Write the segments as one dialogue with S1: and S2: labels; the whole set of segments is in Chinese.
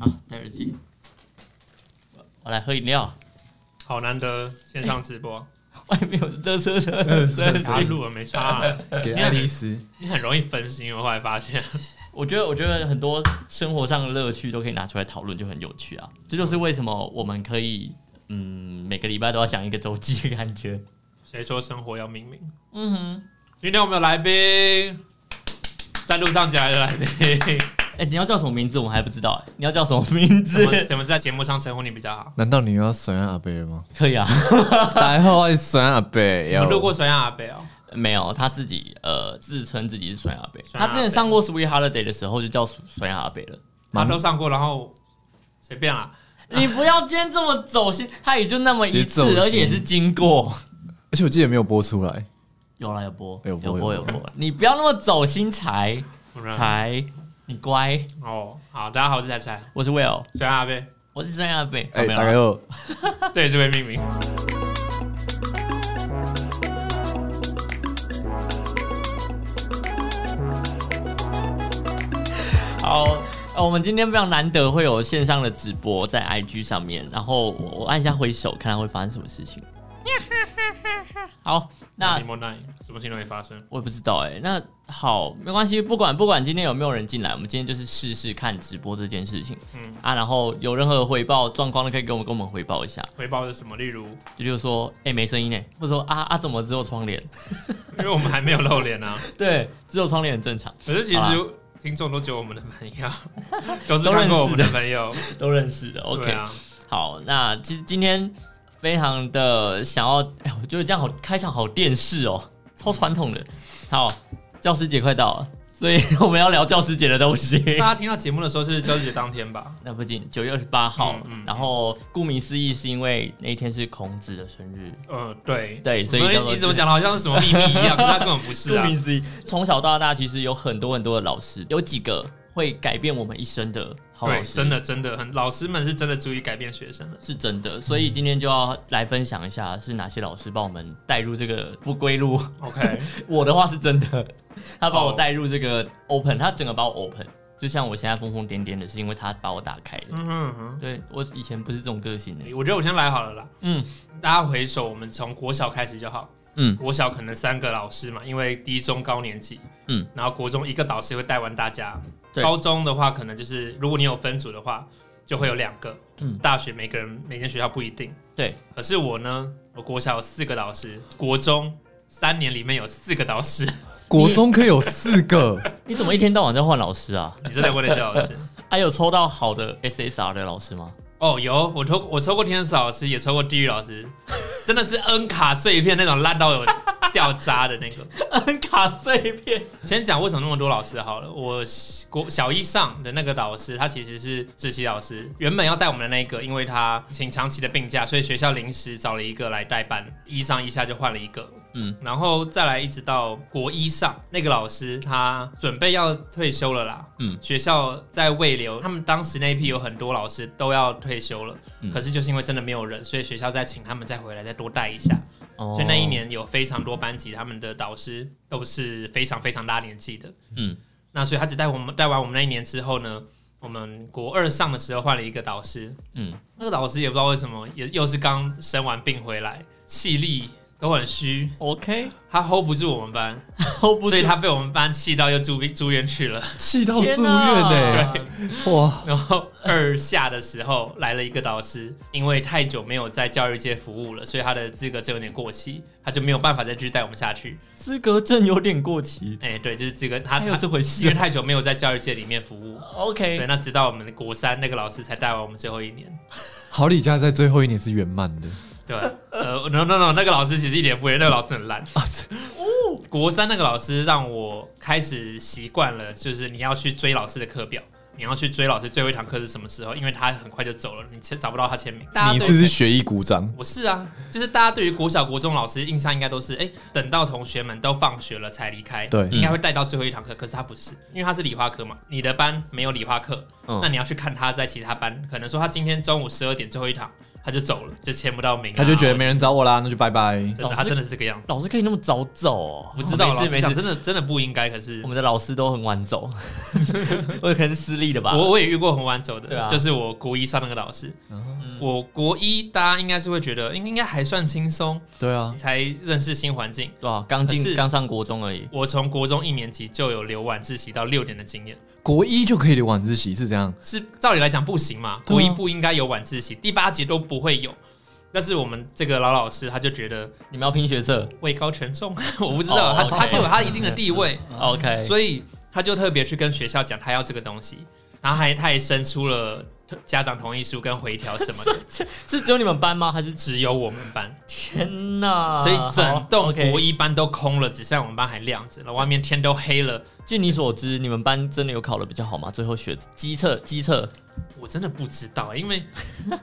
S1: 啊我来喝饮料。
S2: 好难得线上直 播，
S1: 外面有热车车，
S3: 圾车
S2: 他录了没差啊、
S3: 给爱丽丝，
S2: 你很容易分心。我后来发现，
S1: 我觉得，我觉得很多生活上的乐趣都可以拿出来讨论，就很有趣啊。这就是为什么我们可以，嗯，每个礼拜都要想一个周记的感觉。
S2: 谁说生活要命名？
S1: 嗯哼，
S2: 今天我们有来宾，在路上捡来的来 宾，
S1: 哎、你要叫什么名字？我们还不知道、哎，你要叫什么名
S2: 怎么
S1: 字？
S2: 怎么在节目上称呼你比较好？
S3: 难道你又要损阿贝了吗？
S1: 可以啊，
S3: 大家好，我是损阿贝。
S2: 我
S3: 哟
S2: 们路过水岸阿北哦、
S1: 没有，他自己呃自称自己是酸阿北。
S2: 酸
S1: 他
S2: 阿北
S1: 之前上过《Sweet Holiday》的时候就叫酸阿北了。
S2: 他都上过，然后随便啦。
S1: 你不要今天这么走心，他也就那么一次
S3: 别走，心
S1: 而且也是经过。
S3: 而且我记得没有播出来，
S1: 有啦，有播，
S3: 有播
S1: 有播，有
S3: 有播
S1: 播。你不要那么走心，才
S2: 我
S1: 嗯
S2: 们
S1: 才，你乖。
S2: 哦，好，大家好，我是彩彩，
S1: 我是 Will，
S2: 水岸阿北，
S1: 我是孙亚贝。
S2: 啊
S3: 哎，
S1: 没有
S3: 大
S1: 啦
S3: 概有
S2: 这也是被命名。
S1: 好，呃，我们今天非常难得会有线上的直播在 IG 上面，然后我我按一下挥手，看它会发生什么 事情。好，那
S2: 莫奈，什么事情都会发生。
S1: 我也不知道哎、那好，没关系，不管不管今天有没有人进来，我们今天就是试试看直播这件事情，
S2: 嗯
S1: 啊，然后有任何回报状况的可以给我们跟我们回报一下，
S2: 回报是什么？例如，
S1: 就就说哎、没声音哎、或者说啊啊怎么只有窗帘？
S2: 因为我们还没有露脸啊，
S1: 对，只有窗帘很正常，
S2: 可是其
S1: 好
S2: 实听众都只有我们的朋 友，都是看过我们的朋友。
S1: 都认识的，OK，、
S2: 对啊，
S1: 好，那其实今天非常的想要，哎，我觉得这样好开场好电视哦，超传统的。好，教师节快到了，所以 我们要聊教师节的东西。
S2: 大家听到节目的时候是教师节当天吧？
S1: 那不仅九月二十八号，
S2: 嗯嗯
S1: 然后顾名思义是因为那一天是孔子的生日。
S2: 嗯，对
S1: 对所以
S2: 我们
S1: 叫做
S2: 你怎么讲的好像是什么秘密一样，可是它根本不是
S1: 顾
S2: 啊
S1: 名。思义，从小到大其实有很多很多的老师，有几个会改变我们一生的好老
S2: 对，
S1: 师，
S2: 真的真的很，老师们是真的足以改变学生的。
S1: 是真的。所以今天就要来分享一下是哪些老师把我们带入这个不归路。
S2: OK，
S1: 我的话是真的， 他把我
S2: 哦
S1: 带入这个 open，他整个把我 open，就像我现在疯疯癫癫的，是因为他把我打开了。
S2: 嗯哼哼，
S1: 对我以前不是这种个性的，
S2: 我觉得我先来好了啦。
S1: 嗯
S2: 大家回首，我们从国小开始就好。
S1: 嗯，
S2: 国小可能三个老师嘛，因为低中高年级，
S1: 嗯，
S2: 然后国中一个导师会带完大家，
S1: 对
S2: 高中的话可能就是如果你有分组的话，就会有两个，
S1: 嗯
S2: 大学每个人每间学校不一定，
S1: 对。
S2: 可是我呢，我国小有四个导师，国中三年里面有四个导师，
S3: 国中可以有四个，
S1: 你怎么一天到晚在换老师啊？
S2: 你真的问那些老 师？
S1: 还、有抽到好的 SSR 的老师吗？
S2: 哦，有我抽我抽过天使老师，也抽过地狱老师，真的是 N 卡碎片那种烂到有掉渣的那个。
S1: 很卡碎片，
S2: 先讲为什么那么多老师好了。我国小一上的那个导师，他其实是实习老师，原本要带我们的那一个，因为他请长期的病假，所以学校临时找了一个来代班，一上一下就换了一个。
S1: 嗯，
S2: 然后再来一直到国一上那个老师，他准备要退休了啦。
S1: 嗯，
S2: 学校在未留，他们当时那一批有很多老师都要退休了，
S1: 嗯
S2: 可是就是因为真的没有人，所以学校再请他们再回来再多带一下。
S1: 哦
S2: 所以那一，年有非常多班级，他们的导师都是非常非常拉年纪的。
S1: 嗯，
S2: 那所以他只带我们带完我们那一年之后呢，我们国二上的时候换了一个导师，
S1: 嗯，
S2: 那个导师也不知道为什么，也又是刚生完病回来，气力都很虚，
S1: ，OK，hold
S2: 他 hold 不住我们班，
S1: 不住，
S2: 所以他被我们班气到又住病住院 去了。
S3: 气到住
S1: 天
S3: 院
S1: 哪
S3: 呢！哇，
S2: 然后二下的时候来了一个导师，因为太久没有在教育界服务了，所以他的资格证有点过期，他就没有办法再继续带我们下去。
S1: 资格证有点过期，
S2: 哎、对，就是资格他
S1: 还有
S2: 他
S1: 这回
S2: 因
S1: 事哎
S2: 为太久没有在教育界里面服务。对，
S1: ？OK，
S2: 那直到我们国三那个老师才带完我们最后一年。
S3: 好李家在最后一年是圆满的
S2: 对，呃，no no no，那个老师其实一点不会，那个老师很烂。
S3: 啊！这
S2: 国三那个老师让我开始习惯了，就是你要去追老师的课表，你要去追老师最后一堂课是什么时候，因为他很快就走了，你找不到他签名。大家
S3: 你
S2: 对
S3: 是不是学艺鼓掌？
S2: 我是啊，就是大家对于国小、国中老师印象应该都是，哎、等到同学们都放学了才离开，
S1: 嗯
S3: 对
S2: 应该会带到最后一堂课。可是他不是，因为他是理化科嘛，你的班没有理化课，
S1: 嗯
S2: 那你要去看他在其他班，可能说他今天中午十二点最后一堂，他就走了，就签不到名啊、
S3: 他就觉得没人找我啦，那就拜拜。
S2: 真的，
S1: 老
S2: 他
S1: 师
S2: 真的是这个样子。
S1: 老师可以那么早走哦、
S2: 不知道，
S1: 没
S2: 老
S1: 事
S2: 实
S1: 没
S2: 讲，
S1: 事，
S2: 真的真的不应该。可是
S1: 我们的老师都很晚走， 我可能私立的吧。
S2: 我我也遇过很晚走
S1: 对
S2: 的，
S1: 啊
S2: 就是我国一上那个老师。
S1: 嗯
S2: 我国一大家应该是会觉得应应该还算轻松，
S3: 对啊，
S2: 才认识新环境。
S1: 对啊，刚
S2: 可是
S1: 进刚上国中而已，
S2: 我从国中一年级就有留晚自习到六点的经验，
S3: 国一就可以留晚自习是这样？
S2: 是照理来讲不行嘛，
S3: 对啊
S2: 国一不应该有晚自习，第八节都不会有。但是我们这个老老师他就觉得
S1: 你们要拼学测
S2: 位高权重， 我不知道、
S1: 哦
S2: 他
S1: OK 哎
S2: 他就有他一定的地位，
S1: ，OK，
S2: 嗯所以他就特别去跟学校讲他要这个东西，然后还他也伸出了家长同意书跟回条什么的，
S1: 是只有你们班吗？还是
S2: 只有我们班，
S1: 天哪？
S2: 所以整栋国
S1: 一，
S2: 一班都空了，只剩我们班还亮着，然后外面天都黑了，
S1: 据你所知，你们班真的有考的比较好吗？最后学机测机测
S2: 我真的不知道，因为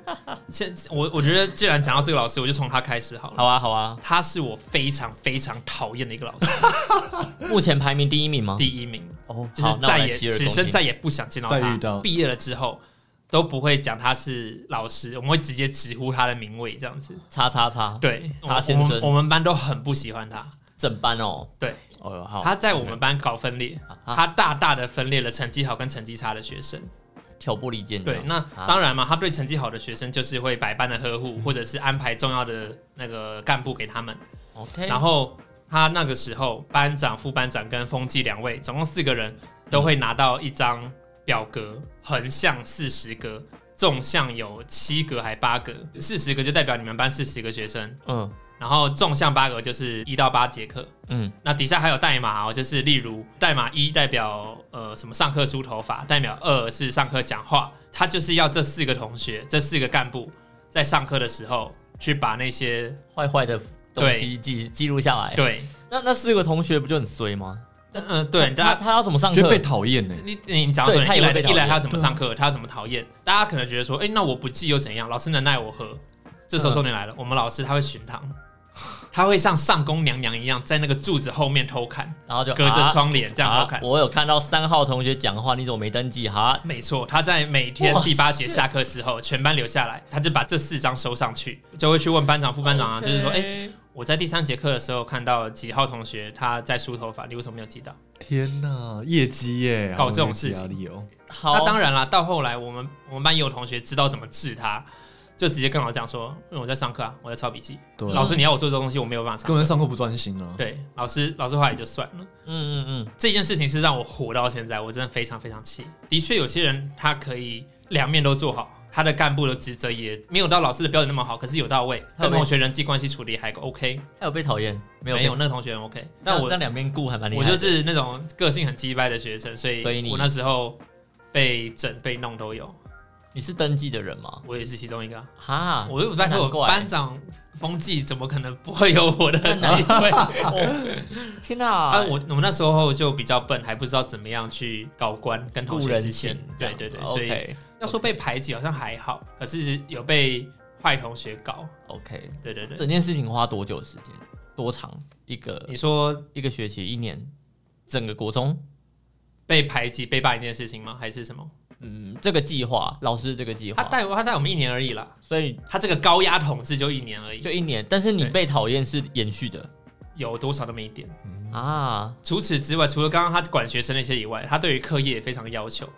S2: 现我我觉得既然讲到这个老师，我就从他开始好了。
S1: 好啊好啊，
S2: 他是我非常非常讨厌的一个老师，
S1: 目前排名第一名吗？
S2: 第一名，
S1: 哦，
S2: 就是
S1: 好那我
S2: 再
S1: 来
S2: 也
S1: 洗耳
S2: 此
S1: 恭
S2: 生
S1: 听
S2: 再也不想见到
S3: 再
S2: 他。
S3: 遇到
S2: 毕业了之后都不会讲他是老师，我们会直接直呼他的名位这样子。
S1: 叉叉叉
S2: 对，
S1: 他
S2: 我
S1: 先
S2: 我
S1: 生
S2: 们我们班都很不喜欢他，
S1: 整班哦，
S2: 对，
S1: 哦哟好，
S2: 他在我们班搞分裂，
S1: 啊
S2: 他大大的分裂了成绩好跟成绩差的学生。
S1: 挑拨离间这
S2: 对
S1: 样，，
S2: 那当然嘛，他对成绩好的学生就是会百般的呵护，或者是安排重要的那个干部给他们。
S1: OK，
S2: 然后他那个时候，班长、副班长跟风纪两位，总共四个人都会拿到一张表格，横向四十格，纵向有七格还八格，四十格就代表你们班四十个学生，
S1: 嗯
S2: 然后纵向八格就是一到八节课。
S1: 嗯
S2: 那底下还有代码哦，就是例如代码一代表呃什么上课梳头发，代表二是上课讲话，他就是要这四个同学、这四个干部在上课的时候去把那些
S1: 坏坏的东西记记录下来，
S2: 对，
S1: 那那四个同学不就很衰吗？
S2: 嗯、呃对，
S1: 他
S2: 大家
S1: 他要怎么上
S3: 觉得
S1: 课
S3: 被？讨厌欸呢。
S2: 你你讲到重
S1: 对他
S2: 点，一
S1: 也会
S2: 来
S1: 被讨
S2: 一
S1: 厌
S2: 来他要怎么上课，他要怎么讨厌，大家可能觉得说，哎、那我不记又怎样？老师能奈我何？这时候重点来了，我们老师他会 巡堂，他会像上宫娘娘一样在那个柱子后面偷看，
S1: 然后就
S2: 隔着
S1: 啊
S2: 窗帘这样偷
S1: 啊
S2: 看。
S1: 我有看到三号同学讲话，你怎么没登记？哈，
S2: 没错，他在每天
S1: 哇
S2: 第八节下课之后，全班留下来，他就把这四张收上去，就会去问班长、副班长啊
S1: OK
S2: 就是说，哎、我在第三节课的时候看到几号同学他在梳头发，你为什么没有记到？
S3: 天哪，业绩耶，
S2: 搞这种事情
S3: 好有业绩压力哦。
S1: 好，
S2: 那当然啦，到后来我们我们班也有同学知道怎么治他，就直接跟老师讲说，因为我在上课啊，我在抄笔记，
S3: 对，
S2: 老师你要我做这东西，我没有办法
S3: 根
S2: 上。
S3: 本上课不专心啊。
S2: 对，老师老师后来也就算了。
S1: 嗯嗯嗯，
S2: 这件事情是让我火到现在，我真的非常非常气。的确，有些人他可以两面都做好，他的干部的职责也没有到老师的标准那么好，可是有到位，
S1: 他有没
S2: 跟同学人际关系处理还 OK，
S1: 他有被讨厌没有？
S2: 没有，那个同学很 OK。
S1: 那
S2: 那
S1: 我
S2: 我
S1: 在两边顾还蛮厉害
S2: 我
S1: 的。
S2: 就是那种个性很鸡掰的学生，所以
S1: 所以你
S2: 我那时候被整被弄都有，
S1: 你是登记的人吗？
S2: 我也是其中一个啊。
S1: 哈，
S2: 我又拜托
S1: 难怪
S2: 我班长风纪怎么可能不会有我的机会？
S1: 哦 天哪！
S2: 啊，我我们那时候就比较笨，还不知道怎么样去搞官跟同
S1: 顾
S2: 学
S1: 人
S2: 之
S1: 情
S2: 间，，对对对，所以
S1: OK
S2: 要说被排挤好像还好，可是有被坏同学搞，
S1: OK，
S2: 对对对。
S1: 整件事情花多久时间？多长？一个
S2: 你说
S1: 一个学期，一年，整个国中，
S2: 被排挤、被霸凌这件事情吗？还是什么？
S1: 嗯，这个计划，老师这个计
S2: 他
S1: 划，
S2: 带我，他带我们一年而已啦，
S1: 所以
S2: 他这个高压统治就一年而已，就
S1: 就一年，但是你
S2: 对
S1: 被讨厌是延续的
S2: 有多少那么一点。
S1: 啊，
S2: 除此之外，除了刚刚他管学生那些以外，他对于课业也非常要求，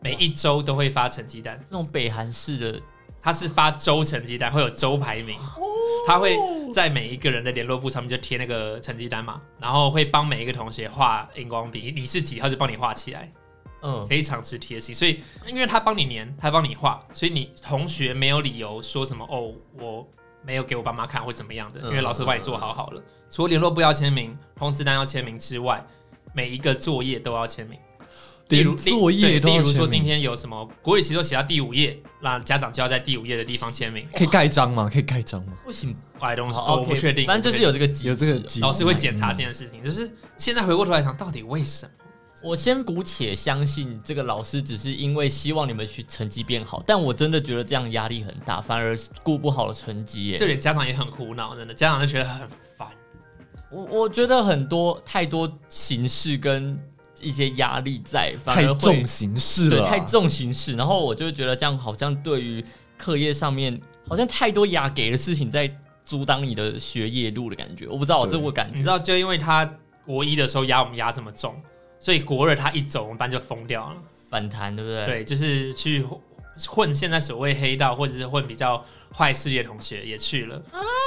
S2: 每一周都会发成绩单。
S1: 这种北韩式的
S2: 他是发周成绩单，会有周排名，
S1: 哦
S2: 他会在每一个人的联络簿上面就贴那个成绩单嘛，然后会帮每一个同学画荧光笔，你是几号就帮你画起来，
S1: 嗯，
S2: 非常之贴心。所以，因为他帮你粘，他帮你画，所以你同学没有理由说什么哦，我没有给我爸妈看或怎么样的，
S1: 嗯
S2: 因为老师帮你做好好了。除了联络簿要签名、通知单要签名之外，每一个作业都要签名。例如
S3: 连作业都
S2: 例
S3: 要
S2: 如说
S3: 签
S2: 今
S3: 名，
S2: 天有什么国语习作写到第五页，那家长就要在第五页的地方签名。
S3: 可以盖章吗？可以盖章吗？
S1: 不行，
S2: I don't，
S1: 好
S2: 我不
S1: OK，
S2: 确定，
S1: 反正就是有这个机制。
S3: 有这个机
S2: 老师会检查这件事情。就是现在回过头来想，到底为什么？
S1: 我先姑且相信这个老师只是因为希望你们去成绩变好，但我真的觉得这样压力很大，反而顾不好了成绩耶。
S2: 就连家长也很苦恼，真的，家长就觉得很烦。
S1: 我我觉得很多太多形式跟一些压力在，反
S3: 太
S1: 而会
S3: 重形式
S1: 对
S3: 了啊，
S1: 太重形式，然后我就会觉得这样好像对于课业上面好像太多压给的事情在阻挡你的学业路的感觉。我不知道，
S3: 对
S1: 这我感
S2: 你
S1: 觉
S2: 知道，就因为他国一的时候压我们压这么重，所以国二他一走，我们班就疯掉了。
S1: 反弹，对不对？
S2: 对，就是去混现在所谓黑道，或者是混比较坏事业的同学也去了，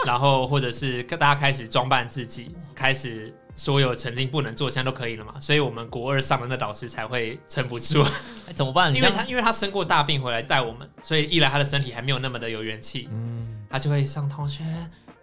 S2: 然后或者是大家开始装扮自己，开始所有曾经不能做，现在都可以了嘛。所以我们国二上的那导师才会撑不住，啊
S1: 哎怎么办？你
S2: 因
S1: 这
S2: 为
S1: 样
S2: 他因为他生过大病回来带我们，所以一来他的身体还没有那么的有元气，他就会上同学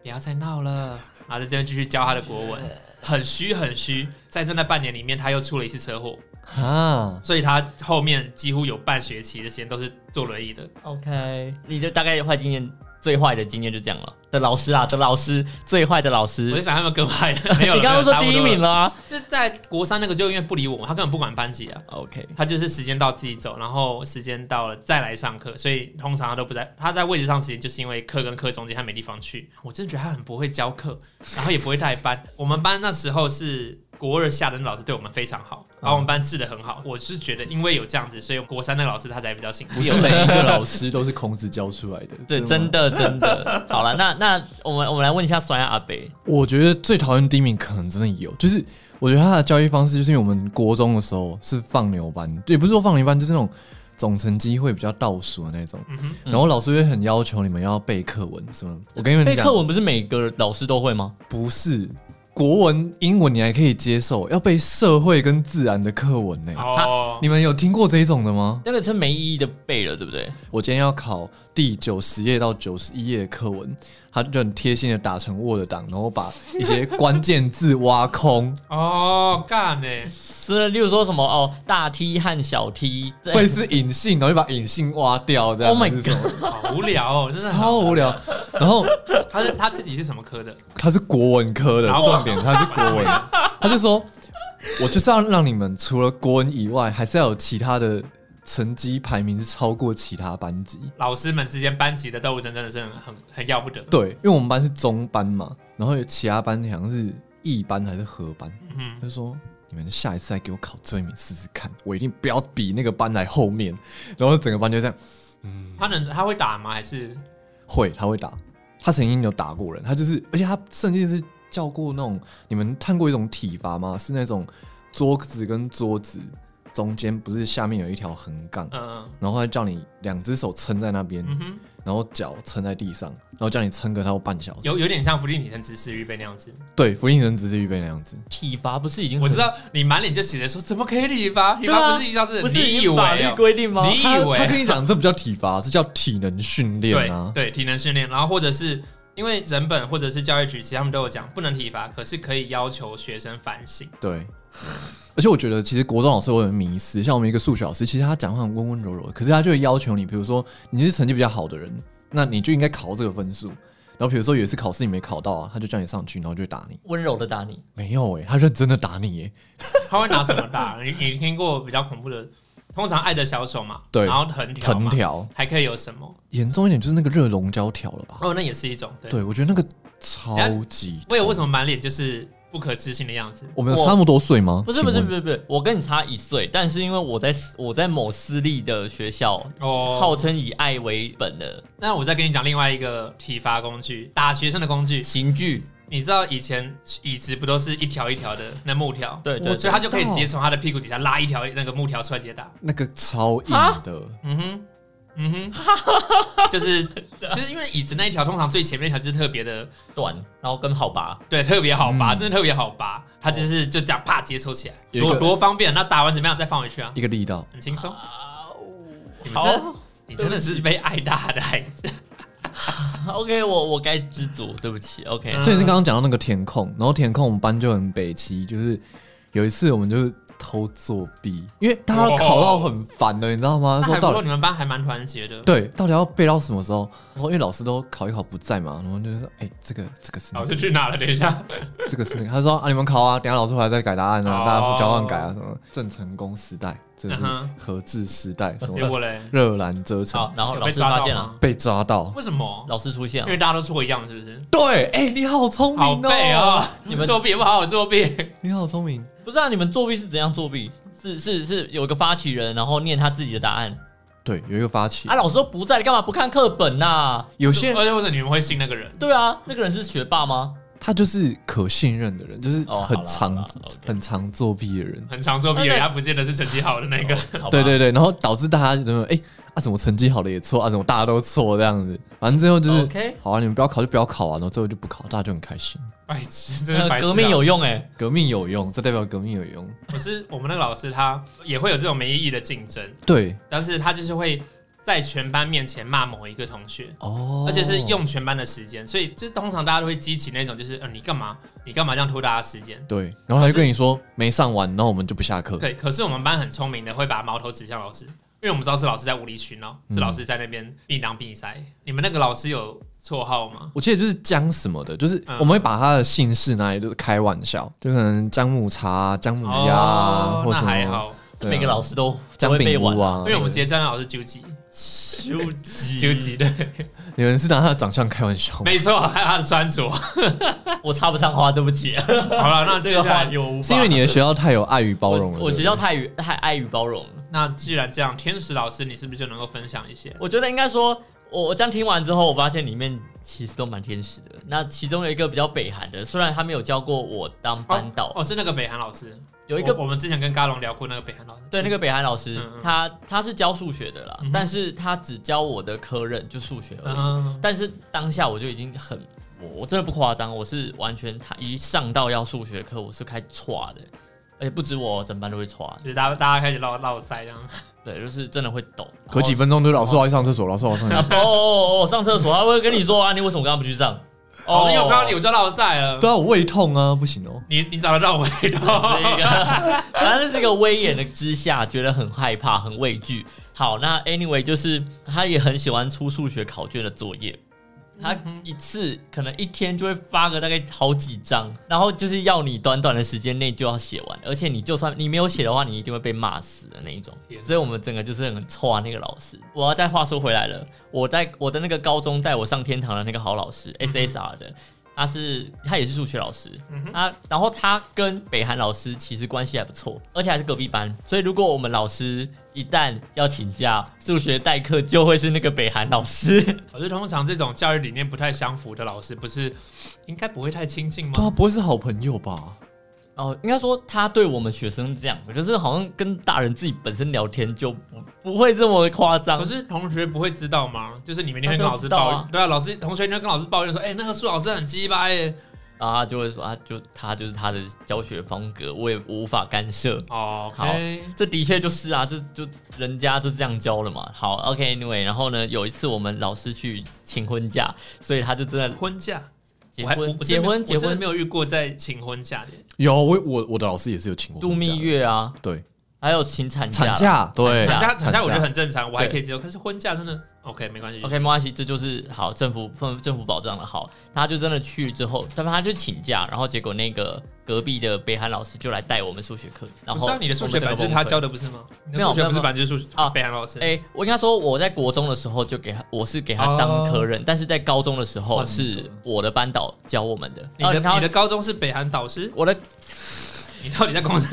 S2: 不要再闹 了，然后在这边继续教他的国文，很虚很虚。在这那半年里面，他又出了一次车祸，
S3: 啊，
S2: 所以他后面几乎有半学期的时间都是坐轮椅的。
S1: OK，你的大概坏经验，最坏的经验就这样了。的老师啊，的老师最坏的老师，哎
S2: 我就想他们更坏的，没有了。
S1: 你刚刚
S2: 没有
S1: 说
S2: 差不
S1: 第
S2: 多
S1: 一名
S2: 了，
S1: 了啊、
S2: 就在国三那个就因为不理我，他根本不管班级啊，
S1: OK，
S2: 他就是时间到自己走，然后时间到了再来上课，所以通常他都不在，他在位置上时间就是因为课跟课中间他没地方去。我真的觉得他很不会教 课，然后也不会带班。我们班那时候是。国二下的那老师对我们非常好，把我们班治得很好。我是觉得，因为有这样子，所以国三那个老师他才比较幸福
S3: 不。是每一个老师都是孔子教出来的，
S1: 对，真
S3: 的吗。
S1: 的真的。 好了，那那我们我们来问一下酸亚阿北，
S3: 我觉得最讨厌第一名可能真的有，就是我觉得他的教育方式，就是因为我们国中的时候是放牛班，也不是说放牛班，就是那种总成绩会比较倒数的那种，
S2: 嗯哼，
S3: 然后老师会很要求你们要背课文什么。我跟你们
S1: 背
S3: 讲
S1: 课，文不是每个老师都会吗？
S3: 不是国文、英文你还可以接受，要背社会跟自然的课文呢、
S2: 哦，
S3: 你们有听过这一种的吗？
S1: 那个真没意义的背了，对不对？
S3: 我今天要考第九十页到九十一页的课文，他就很贴心的打成 Word 档，然后把一些关键字挖 空，
S2: 哦，干呢、
S1: 是，例如说什么哦，大 T 和小 T，这
S3: 会是隐性，然后就把隐性挖掉，这样
S1: Oh my
S3: 还是什么
S2: 好无聊哦，真的很
S3: 超无聊。然后
S2: 他是他自己是什么科的？
S3: 他是国文科的
S2: 然，后
S3: 重点他是国文，他就说，我就是要让你们除了国文以外，还是要有其他的成绩排名是超过其他班级。
S2: 老师们之间班级的斗争真的是很很很要不得。
S3: 对，因为我们班是中班嘛，然后有其他班好像是乙班还是合班，
S2: 嗯
S3: 他，就说：“你们下一次再给我考最后一名试试看，我一定不要比那个班来后面。”然后整个班就这样，
S2: 他能他会打吗？还是
S3: 会他会打，他曾经有打过人，他就是，而且他甚至是叫过那种，你们看过一种体罚吗？是那种桌子跟桌子中间不是下面有一条横杠，
S2: 嗯
S3: 然后他叫你两只手撑在那边，
S2: 嗯哼，
S3: 然后脚撑在地上，然后叫你撑个差不多半小时。
S2: 有有点像福利女生知识预备那样子。
S3: 对，福音人只是预备那样子。
S1: 体罚不是已经
S2: 我知
S1: 很
S2: 道你满脸就写着说怎么可以体罚？体
S1: 对啊
S2: 罚不是一教是
S1: 不是已
S2: 你以
S1: 经
S2: 为
S1: 法律
S2: 哦
S1: 规定吗？
S2: 你以
S3: 他他
S2: 为
S3: 跟你讲，这不叫体罚，这叫体能训练
S2: 对
S3: 啊。
S2: 对体能训练，然后或者是。因为人本或者是教育局，其实他们都有讲，不能体罚，可是可以要求学生反省。
S3: 对，而且我觉得其实国中老师我很迷失，像我们一个数学老师，其实他讲话很温温柔柔的，可是他就会要求你，比如说你是成绩比较好的人，那你就应该考这个分数。然后比如说有一次考试你没考到啊，他就叫你上去，然后就打你。
S1: 温柔的打你，
S3: 没有哎、他认真的打你耶、
S2: 他会拿什么打？你你听过比较恐怖的，通常爱的小手嘛，
S3: 对
S2: 然后藤条
S3: 藤
S2: 嘛，
S3: 条。
S2: 还可以有什么？
S3: 严重一点就是那个热熔胶条了吧？
S2: 哦，那也是一种。对，
S3: 对，我觉得那个超级
S1: 哎
S3: 痛。
S2: 我有为什么满脸就是不可置信的样子？
S3: 我们有差那么多岁吗？
S1: 不是不是
S3: 请
S1: 不是
S3: 问
S1: 不是，我跟你差一岁，但是因为我在我在某私立的学校，号
S2: 哦，
S1: 称以爱为本的
S2: 那我再跟你讲另外一个体罚工具，打学生的工具。
S1: 刑具，
S2: 你知道以前椅子不都是一条一条的那木条？
S1: 对
S3: 我
S1: 对
S2: 所
S1: 对
S2: 以他就可以
S3: 知道
S2: 直接从他的屁股底下拉一条那个木条出来直接打。
S3: 那个超硬
S1: 啊
S3: 的，
S2: 嗯哼，嗯哼，就是其实因为椅子那一条通常最前面那条就是特别的，
S1: 短，然后跟好拔，
S2: 对，特别好拔，
S3: 嗯
S2: 真的特别好拔。它就是就这样啪直接抽起来，
S3: 有一
S2: 多
S3: 个
S2: 多方便。那打完怎么样再放回去啊？
S3: 一个力道。
S2: 很轻松。
S1: 啊
S2: 你们真
S1: 好
S2: 你真的是被爱大的孩子。
S1: ，OK，我我该知足，对不起，OK，
S2: 嗯
S3: 所以是刚刚讲到那个填空，然后填空我们班就很北齐，就是有一次我们就是偷作弊，因为大家都考到很烦的，你知道吗？
S2: 那
S3: 说
S2: 还不
S3: 到
S2: 过
S3: 底
S2: 你们班还蛮团结的。
S3: 对，到底要背到什么时候？然后因为老师都考一考不在嘛，然后就是说，哎、这个这个是那
S2: 老
S3: 个
S2: 师去哪了？等一下，
S3: 这个是那个，他说啊，你们考啊，等一下老师回来再改答案
S2: 哦
S3: 啊，大家交换改啊什么。郑成功时代，这个是
S2: 嗯
S3: 和治时代，啊什
S2: 结
S3: 么
S2: 果嘞，
S3: 热兰遮城
S1: 好，然后
S2: 有
S1: 老
S2: 被
S1: 师
S2: 抓
S1: 发
S2: 到
S1: 现了，
S2: 吗？
S3: 被抓到。
S2: 为什么？
S1: 老师出现
S2: 因
S1: 了
S2: 为，大家都做一样，是不是？
S3: 对，哎、你好聪
S2: 好
S3: 明
S2: 废
S3: 哦，
S2: 哦！你们作弊也不好好作弊，
S3: 你好聪明，
S1: 啊不知道、你们作弊是怎样作弊？是是是，有个发起人，然后念他自己的答案，
S3: 对，有一个发起
S1: 啊，。老师都不在，你干嘛不看课本呐、
S3: 有些人
S2: 而且或者你们会信那个人，
S1: 对啊，那个人是学霸吗？
S3: 他就是可信任的人，就是
S1: 哦好
S3: 很
S1: 啦
S3: 常、
S1: 好啦，OK
S3: 很常作弊的人。
S2: 很常作弊
S1: 啊
S2: 的，
S1: 那
S2: 他不见得是成绩好的那 个。
S1: 好吧
S3: 对对对，然后导致大家怎么哎啊，怎么成绩好的也错啊，怎么大家都错这样子，反正最后就是、
S1: OK
S3: 好啊，你们不要考就不要考啊，然后最后就不考，大家就很开心。
S2: 白痴，真是白
S1: 呃，
S2: 痴。啊
S1: 革命有，用哎、
S3: 革命有用，这代表革命有用。
S2: 可是我们那个老师他也会有这种没意义的竞争，
S3: 对
S2: 但是他就是会在全班面前骂某一个同学。
S3: 哦，
S2: 而且是用全班的时间，所以就是通常大家都会激起那种就是，呃，你干嘛？你干嘛这样拖大家时间？
S3: 对，然后他就跟你说没上完，然后我们就不下课。
S2: 对，可是我们班很聪明的，会把矛头指向老师，因为我们知道是老师在无理取闹，是老师在那边应当比赛。你们那个老师有绰号吗？
S3: 我记得就是江什么的，就是
S2: 嗯
S3: 我们会把他的姓氏拿来就是开玩笑，就可能姜母茶啊、姜母鸭
S2: 哦，
S3: 啊、或
S2: 那
S3: 什么
S2: 还好，
S3: 对啊
S1: 每个老师都都
S3: 姜
S1: 会被
S3: 饼
S1: 玩
S3: 屋啊，
S2: 因为我们直接叫那老师纠集
S1: 纠集
S2: 纠集的，
S3: 你们是拿他的长相开玩笑吗？
S2: 没错，还有他的穿着。好
S1: 我插不上话，对不起，
S2: 了，那
S1: 这
S2: 这
S1: 个
S2: 个
S1: 话
S2: 话
S1: 题我无法。
S3: 是因为你的学校太有爱与包容了。
S1: 我我
S3: 对不
S1: 学
S3: 对
S1: 校太与太爱与包容了。
S2: 那既然这样，天使老师，你是不是就能够分享一些？
S1: 我觉得应该说，我我这样听完之后，我发现里面其实都蛮天使的。那其中有一个比较北韩的，虽然他没有教过我当班导，
S2: 哦，是那个北韩老师，
S1: 有一个
S2: 我我们之前跟嘎龙聊过那个北韩老师，
S1: 对那
S2: 个
S1: 个北韩老师，
S2: 嗯嗯
S1: 他他是教数学的啦，
S2: 嗯哼
S1: 但是他只教我的科任，就数学而已。
S2: 嗯，
S1: 但是当下我就已经很，我我真的不夸张，我是完全他一上到要数学课，我是开歘的，而且不止我，整班都会歘，
S2: 就是大家大家开始唠唠塞这样，
S1: 对，就是真的会抖。
S3: 隔几分钟就老师我要去上厕所，老师我要上厕
S1: 然
S3: 所。
S1: 后，哦哦哦哦，上厕所他会跟你说啊，你为什么刚刚不去上？哦
S2: 老师因为我看到你我就唠塞了，
S3: 对啊，我胃痛啊，不行哦。
S2: 你你找得到 我味道？
S1: 是一个， 反正是一个威严的之下，觉得很害怕、很畏惧。好，那 anyway 就是他也很喜欢出数学考卷的作业，他一次可能一天就会发个大概好几张，然后就是要你短短的时间内就要写完，而且你就算你没有写的话，你一定会被骂死的那一种
S2: 天。哪
S1: 所以我们整个就是很错那个老师。我要再话说回来了，我在我的那个高中带我上天堂的那个好老师 SSR 的，他是他也是数学老师，啊，然后他跟北韩老师其实关系还不错，而且还是隔壁班，所以如果我们老师一旦要请假，数学代课就会是那个北韩老师。
S2: 可是通常这种教育理念不太相符的老师，不是应该不会太亲近
S3: 对
S2: 吗？
S3: 啊，不会是好朋友吧？
S1: 哦，应该说他对我们学生是这样的，就是好像跟大人自己本身聊天就不不会这么夸
S2: 可
S1: 张。
S2: 是同学不会知道吗？就是你明天
S1: 但
S2: 会
S1: 是
S2: 跟
S1: 我
S2: 老师
S1: 啊知道
S2: 抱
S1: 啊
S2: 怨，对啊，老师同学你会跟老师抱怨说，哎、那个数老师很鸡巴耶。
S1: 然后他就会说啊，就他就是他的教学风格，我也无法干涉。
S2: 哦，
S1: 好这的确就是啊，就就人家就这样教了嘛。好，OK，Anyway，、然后呢，有一次我们老师去请婚假，所以他就真的
S2: 婚假，
S1: 结
S2: 我还我
S1: 婚
S2: 我
S1: 结
S2: 真的
S1: 婚
S2: 我
S1: 结
S2: 真的
S1: 婚
S2: 没有遇过在请婚假的。
S3: 有我我我的老师也是有请我
S1: 度
S3: 婚假
S1: 蜜
S3: 的，
S1: 月啊，
S3: 对，
S1: 还有请产假啦。
S3: 产假对
S1: 产
S2: 产假
S3: 假
S2: 产假我觉得很正常，我还可以接受。可是婚假真的 OK 没关系。
S1: OK，没关系，这就是好政府政政府保障的好，他就真的去之后，但他就请假，然后结果那个隔壁的北韩老师就来带我们数学课，然
S2: 不
S1: 后
S2: 是啊，你的数
S1: 我
S2: 学
S1: 们整
S2: 本
S1: 个
S2: 就是他
S1: 崩溃
S2: 教。的不是吗？你的
S1: 没有
S2: 数学不
S1: 没
S2: 是
S1: 有
S2: 本就是数
S1: 啊
S2: 北韩老师。
S1: 哎、我应该说我在国中的时候就给他，我是给他当科任，但是在高中的时候
S3: 换你
S1: 是
S3: 的
S1: 我的班导教我们的。
S2: 哦你的
S1: 然后
S2: 你的高中是北韩导师，
S1: 我的
S2: 你到底在 公司？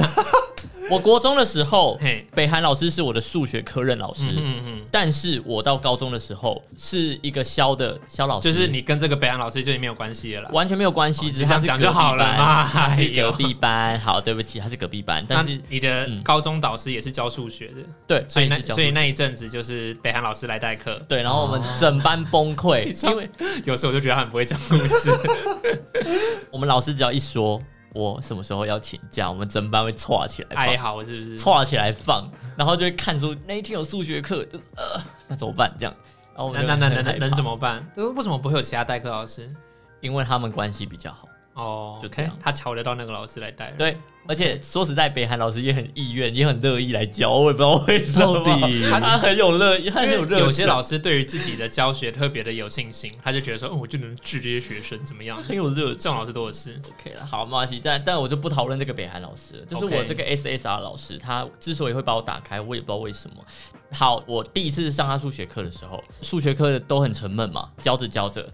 S1: 我国中的时候，
S2: 嘿，
S1: 北韩老师是我的数学科任老师，
S2: 嗯嗯嗯，
S1: 但是我到高中的时候是一个肖的肖老师，
S2: 就是你跟这个北韩老师就已经没有关系了啦。
S1: 完全没有关系，
S2: 哦
S1: 只是
S2: 你这
S1: 他
S2: 样
S1: 是
S2: 讲
S1: 隔
S2: 就
S1: 壁
S2: 好了
S1: 班
S2: 嘛
S1: 他
S2: 哎
S1: 是
S2: 呦
S1: 隔壁班。好，对不起，他是隔壁班，但是
S2: 那你的
S1: 嗯
S2: 高中导师也是教数学的，
S1: 对，
S2: 所以
S1: 他
S2: 那
S1: 也是教
S2: 所以
S1: 数学
S2: 那一阵子就是北韩老师来代课，
S1: 对，然后我们整班崩溃，
S2: 哦
S1: 因为
S2: 有时候我就觉得他很不会讲故事。
S1: 我们老师只要一说我什么时候要请假，我们整班会歘起来
S2: 哀
S1: 放，
S2: 嚎是不是？
S1: 歘起来放，然后就会看出那一天有数学课，就是呃，那怎么办？这样，然后我
S2: 那
S1: 们
S2: 那那能能能怎
S1: 么？
S2: 么办？呃为什么不会有其他代课老师？
S1: 因为他们关系比较好。
S2: 哦，
S1: 就这样
S2: OK，他瞧得到那个老师来带。，
S1: 对，而且说实在，北韩老师也很意愿，也很乐意来教，我也不知道为什么，
S3: 到 底
S1: 他他很有乐意，他
S2: 因
S1: 很有
S2: 为
S1: 热情。
S2: 有些老师对于自己的教学特别的有信心，他就觉得说，哦，我就能治这些学生怎 么样？
S1: 很有热
S2: 这
S1: 情
S2: 种。老师多的是。
S1: OK 了，好，没关系。但但我就不讨论这个北韩老师了，就是
S2: OK
S1: 我这个 SSR 老师，他之所以会把我打开，我也不知道为什么。好，我第一次上他数学课的时候，数学课都很沉闷嘛，教着教着，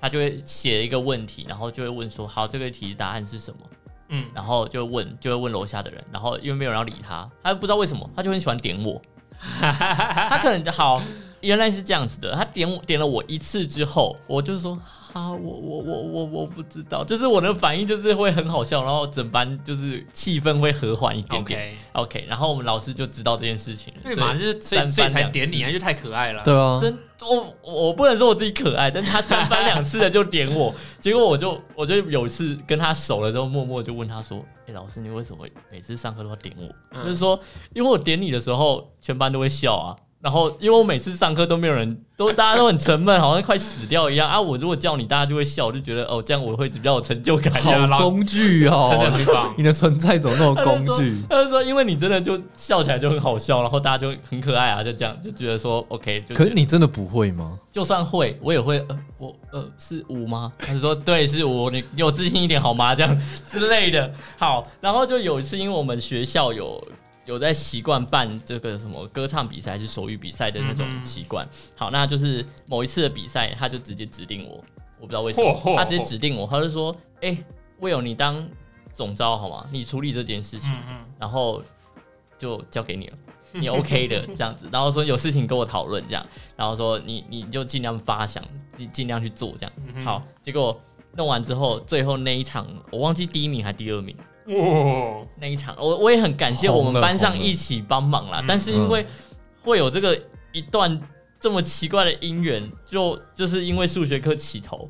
S1: 他就会写一个问题，然后就会问说，好，这个题答案是什么？
S2: 嗯，
S1: 然后就问，就会问楼下的人，然后因为没有人要理他，他不知道为什么，他就很喜欢点我，他可能就好，原来是这样子的。他点我点了我一次之后，我就说啊，我我我我我不知道，就是我的反应就是会很好笑，然后整班就是气氛会和缓一点点。
S2: OK，
S1: OK，然后我们老师就知道这件事情了。
S2: 对
S1: 所以
S2: 嘛，就是所以
S1: 三
S2: 所以
S1: 番
S2: 才
S1: 两
S2: 点
S1: 次
S2: 你啊，就太可爱了。
S3: 对啊，
S1: 真我我不能说我自己可爱，但他三番两次的就点 我，结果我就我就有一次跟他熟了之后，默默就问他说：“哎、老师，你为什么每次上课都要点我？”
S2: 嗯
S1: 就是说，因为我点你的时候，全班都会笑啊。然后，因为我每次上课都没有人，都大家都很沉闷，好像快死掉一样啊！我如果叫你，大家就会笑，我就觉得哦，这样我会比较有成就感。
S3: 好工具哦，
S2: 真的很 棒
S3: 你的存在怎么那么工具？
S1: 他就说，因为你真的就笑起来就很好笑，然后大家就很可爱啊，就这样就觉得说 OK 就觉得。
S3: 可是你真的不会吗？
S1: 就算会，我也会，呃，我呃是五吗？他就说对是五，你有自信一点好吗？这样 之类的。好，然后就有一次，因为我们学校有有在习惯办这个什么歌唱比赛还是手语比赛的那种
S2: 嗯哼
S1: 习惯。好，那就是某一次的比赛，他就直接指定我，我不知道为什
S2: 嚯
S1: 么，
S2: 嚯
S1: 他直接指定我，他就说，哎、魏友你当总招好吗？你处理这件事情。
S2: 嗯嗯，
S1: 然后就交给你了，你 OK 的这样子，然后说有事情跟我讨论这样，然后说你你就尽量发想，尽尽量去做这样。
S2: 嗯哼
S1: 好，结果弄完之后，最后那一场我忘记第一名还是第二名
S2: 哇，
S1: 那一场，我我也很感谢我
S3: 红
S1: 们
S3: 了
S1: 班上
S3: 红了
S1: 一起帮忙啦
S2: 嗯，
S1: 但是因为会有这个一段这么奇怪的姻缘，就就是因为数学课起头，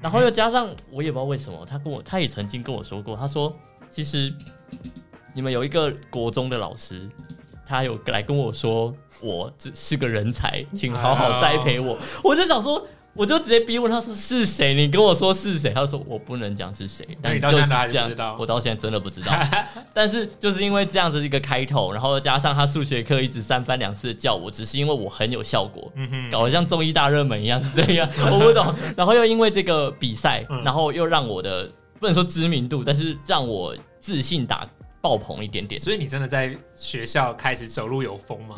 S1: 然后又加上我也不知道为什么，他跟我他也曾经跟我说过，他说其实你们有一个国中的老师，他有来跟我说我这是个人才，请好好栽培
S2: 哎
S1: 我。我就想说，我就直接逼问他说是谁？你跟我说是谁？他就说我不能讲是谁，
S2: 那
S1: 但
S2: 你
S1: 就是
S2: 到现在还是
S1: 这样
S2: 不知道
S1: 我到现在真的不知 道。但是就是因为这样子一个开头，然后加上他数学课一直三番两次的叫我，只是因为我很有效果，
S2: 嗯哼，
S1: 搞得像综艺大热门一样 是这样，我不懂。然后又因为这个比赛
S2: 嗯，
S1: 然后又让我的不能说知名度，但是让我自信打爆棚一点点。
S2: 所以你真的在学校开始走路有风吗？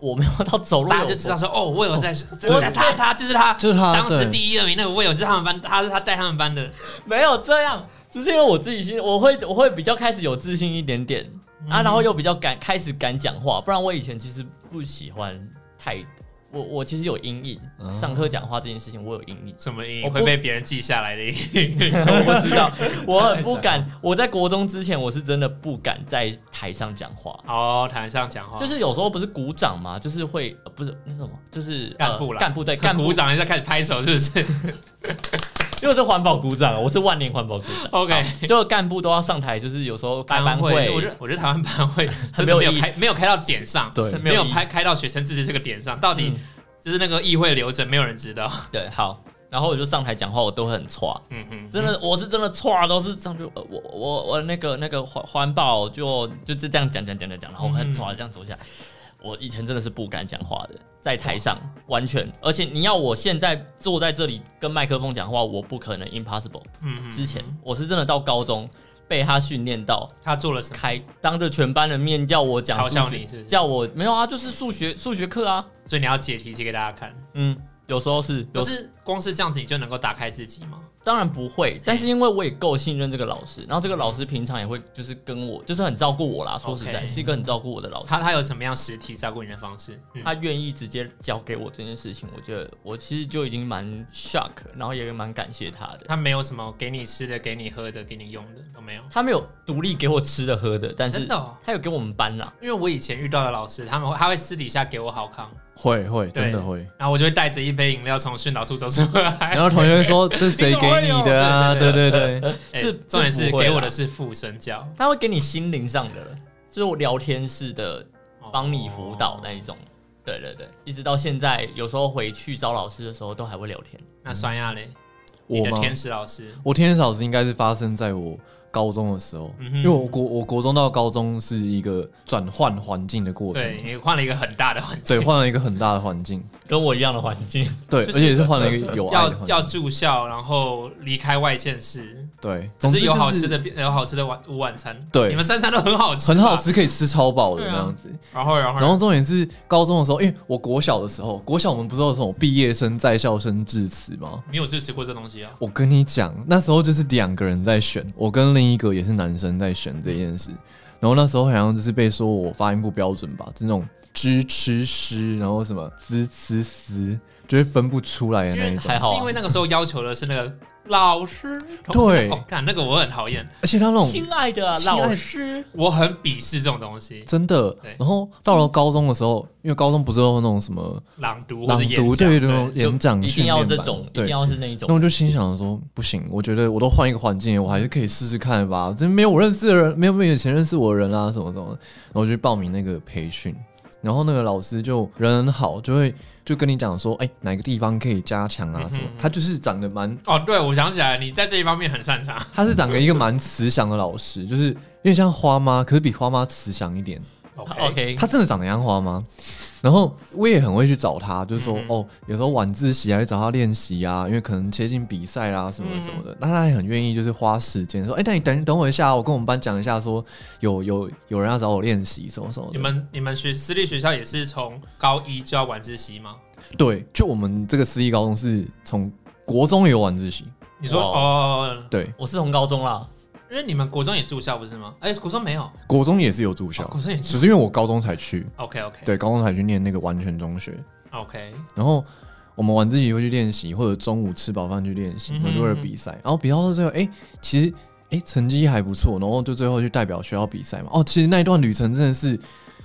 S1: 我没有到走路
S2: 大家
S1: 有
S2: 就知道说，哦，我有在，就
S1: 我
S2: 是
S1: 是
S2: 他，他就是他，
S3: 就是他
S2: 当时
S3: 对
S2: 第一二名那个魏友，就是他们班，他是他带他们班的，
S1: 没有这样，只是因为我自己心，我会我会比较开始有自信一点点啊，然后又比较敢开始敢讲话，不然我以前其实不喜欢太，我我其实有阴影，
S3: 啊
S1: 上课讲话这件事情我有阴 影。
S2: 什么音
S1: 我不
S2: 会被别人记下来的 音？
S1: 我不知道，我很不敢。我在国中之前，我是真的不敢在台上讲话。
S2: 哦，台上讲话
S1: 就是有时候不是鼓掌嘛，就是会、呃不是那什么，就是呃
S2: 干部啦
S1: 干部对干部
S2: 鼓，掌，就开始拍手，是 不是
S1: 因为我是环保鼓掌，啊我是万年环保鼓掌。
S2: ？OK。
S1: 就干部都要上台，就是有时候开班会，
S2: 我觉得我觉得台湾 班会真
S1: 没
S2: 的
S1: 有
S2: 没有
S1: 意义
S2: 开没有开到点上，
S3: 对
S2: 没有
S1: 意义
S2: 开开到学生自治这个点上，到底
S1: 嗯
S2: 就是那个议会流程，没有人知道。
S1: 对好，然后我就上台讲话，我都会很歘，
S2: 嗯嗯，
S1: 真的我是真的歘，都是上去呃我我我那个那个环环保就就是这样讲讲讲讲讲，然后我很歘这样走下来。我以前真的是不敢讲话的，在台上完全，而且你要我现在坐在这里跟麦克风讲话，我不可能，impossible。
S2: 嗯嗯
S1: 之前我是真的到高中被他训练到
S2: 他做了什么？
S1: 开，当着全班的面叫我讲
S2: 嘲
S1: 数
S2: 笑
S1: 学
S2: 你是不是
S1: 叫我没有啊，就是数学数学课啊，
S2: 所以你要解题解给大家看。
S1: 嗯，有时候是，
S2: 可
S1: 有时
S2: 是光是这样子你就能够打开自己吗？
S1: 当然不会，但是因为我也够信任这个老师，然后这个老师平常也会就是跟我就是很照顾我啦，说实在
S2: OK
S1: 是一个很照顾我的老师，
S2: 他他有什么样实体照顾你的方式？嗯
S1: 他愿意直接交给我这件事情，我觉得我其实就已经蛮 shock，然后也蛮感谢他的。
S2: 他没有什么给你吃的、给你喝的、给你用的，都没有。
S1: 他没有独立给我吃的喝的，但
S2: 真
S1: 是
S2: 的、哦，
S1: 他有给我们班啦，
S2: 因为我以前遇到的老师，他们会他会私底下给我好康，
S3: 会会
S2: 对
S3: 真的会。
S2: 然后我就会带着一杯饮料从训导处走出来。
S3: 然后同学会 说：“这谁给你的啊？”
S2: 你怎么会有
S3: 对对对，
S2: 哎
S1: 是
S2: 重点是
S1: 不会啦
S2: 给我的是附身教，
S1: 他会给你心灵上的，就是我聊天式的
S2: 哦
S1: 帮你辅导那一种。对对对，一直到现在，有时候回去找老师的时候都还会聊天。
S2: 那酸亚嘞，你
S3: 我
S2: 的
S3: 吗？
S2: 天使老师，
S3: 我天使老师应该是发生在我高中的时候，
S2: 嗯哼
S3: 因为我国我国中到高中是一个转换环境的过程，
S2: 对你换了一个很大的环
S3: 对，
S2: 境，
S3: 换了一个很大的环境，
S1: 跟我一样的环境，
S3: 对，
S2: 就
S3: 而
S2: 是呃
S3: 且是换了一个有爱的
S2: 要
S3: 环
S2: 要
S3: 境，
S2: 住校，然后离开外县市，
S3: 对，
S2: 只
S3: 总之
S2: 是有
S3: 就
S2: 好吃的，有好吃的晚午晚餐，
S3: 对
S2: 你们三餐都很好吃，
S3: 很好。吃，可以吃超饱的
S2: 对
S3: 那
S2: 啊
S3: 样子。
S2: 然后然后
S3: 然后重点是高中的时候，因为我国小的时候，国小我们不是有什么毕业生在校生致辞吗？
S2: 你有支持过这东西啊？
S3: 我跟你讲，那时候就是两个人在选，我跟另一个也是男生在选这件事。然后那时候好像就是被说我发音不标准吧，就那种知吃诗，然后什么 滋呲思，就会分不出来的那一种。
S1: 还好啊
S2: 是因为那个时候要求的是那个老师，
S3: 对
S2: 哦，干那个我很讨厌，
S3: 而且他那种
S1: 亲爱的啊
S3: 亲爱
S1: 老师，
S2: 我很鄙视这种东西，
S3: 真的
S2: 对，
S3: 然后到了高中的时候，因为高中不是有那种什么
S2: 朗读或
S3: 朗
S2: 者演
S3: 读，
S2: 讲
S3: 对那种
S1: 就
S3: 演讲
S1: 一
S3: 训
S1: 定要
S3: 练
S1: 这
S3: 班
S1: 种，一
S3: 对
S1: 定，要是那一
S3: 那
S1: 种。
S3: 我就心想说，不行，我觉得我都换一个环境，我还是可以试试看吧。这没有我认识的人，没有没有以前认识我的人啊，什么什么的。然后我就去报名那个培训，然后那个老师就人很好，就会就跟你讲说，哎、哪个地方可以加强啊
S2: 嗯哼
S3: 什么
S2: 嗯。哼
S3: 他就是长得蛮，
S2: 哦，对，我想起来，你在这一方面很擅长，
S3: 他是长得一个蛮慈祥的老师，就是有点像花妈，可是比花妈慈祥一点。
S2: OK，
S1: OK，
S3: 他真的长得像花吗？然后我也很会去找他，就是说、
S2: 嗯
S3: 哦，有时候晚自习还会找他练习啊，因为可能接近比赛啦、什么的
S2: 嗯
S3: 什么的。那他也很愿意就是花时间说，哎、那你等等我一下，我跟我们班讲一下说有有有人要找我练习什么什么的。
S2: 你们你们学私立学校也是从高一就要晚自习吗？
S3: 对，就我们这个私立高中是从国中也有晚自习，
S2: 你说
S1: 哇
S2: 哦，
S3: 对，
S1: 我是从高中啦，
S2: 因为你们国中也住校不是吗？哎，国中没有，
S3: 国中也是有住校，
S2: 哦国中也住
S3: 只是因为我高中才去，
S2: OK OK
S3: 对，高中才去念那个完全中学。
S2: OK，
S3: 然后我们晚自习会去练习，或者中午吃饱饭去练习，
S2: 嗯哼
S3: 会为了比赛。然后比赛到最后，哎、其实哎、成绩还不错，然后就最后去代表学校比赛嘛。哦，其实那一段旅程真的是，因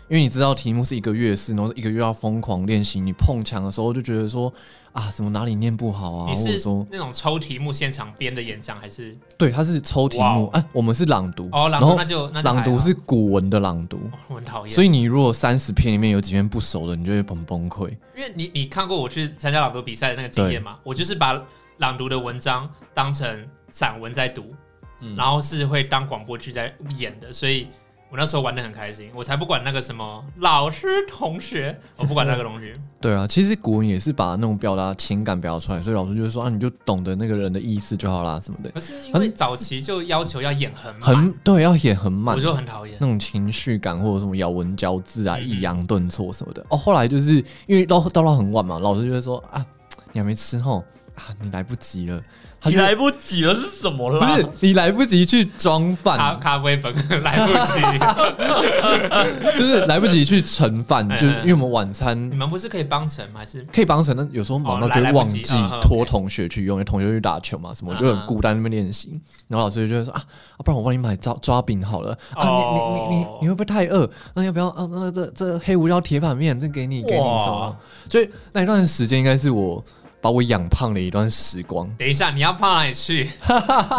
S3: 为你知道题目是一个月是，然后一个月要疯狂练习，你碰墙的时候就觉得说啊，怎么哪里念不好啊，
S2: 你
S3: 或者
S2: 是
S3: 说
S2: 那种抽题目现场编的演讲还是？
S3: 对，他是抽题
S2: 哇
S3: 目
S2: 哦，
S3: 哎、我们是朗读，
S2: 哦，朗
S3: 然
S2: 读
S3: 后
S2: 那就那就还
S3: 朗
S2: 好
S3: 读是古文的朗读。
S2: 哦我很讨厌，
S3: 所以你如果三十篇里面有几篇不熟的，你就会很崩溃。
S2: 因为你你看过我去参加朗读比赛的那个经验嘛，我就是把朗读的文章当成散文在读，
S1: 嗯
S2: 然后是会当广播剧在演的，所以我那时候玩的很开心，我才不管那个什么老师同学，我不管那个 东西，
S3: 对啊，其实古文也是把那种表达情感表达出来，所以老师就会说啊，你就懂得那个人的意思就好啦，什么的，
S2: 可是因为早期就要求要演很满，
S3: 很对，要演很慢
S2: 我，就很讨厌。
S3: 那种情绪感或者什么咬文嚼字啊、
S2: 嗯
S3: 抑扬顿挫什么的。哦，后来就是因为到到到很晚嘛，老师就会说啊，你还没吃吼啊，你来不及了，他
S1: 你
S3: 就
S1: 来不及了是什么
S3: 不
S1: 啦？
S3: 是你来不及去装
S2: 咖
S3: 饭，
S2: 咖啡本 来不 及，
S3: 就是来不及去盛饭，
S2: 嗯
S3: 就是因为我们晚餐
S2: 你。们不是可以帮衬吗？还是
S3: 可以帮成，但有时候忙到
S2: 哦来
S3: 就会
S2: 来
S3: 忘
S2: 不及
S3: 记
S2: 嗯嗯
S3: 托
S2: OK
S3: 同学去用，因为同学去打球嘛，什么
S2: 嗯
S3: 就很孤单那边练习。然后老师就会说啊，啊不然我帮你买抓抓饼好了啊，
S2: 哦
S3: 你你你你你会不会太饿？那要不要啊？那这这黑胡椒铁板面，这给你给你
S1: 哇
S3: 什么？所以那一段时间应该是我把我养胖的一段时 光。
S2: 等一下你要胖到哪里 去？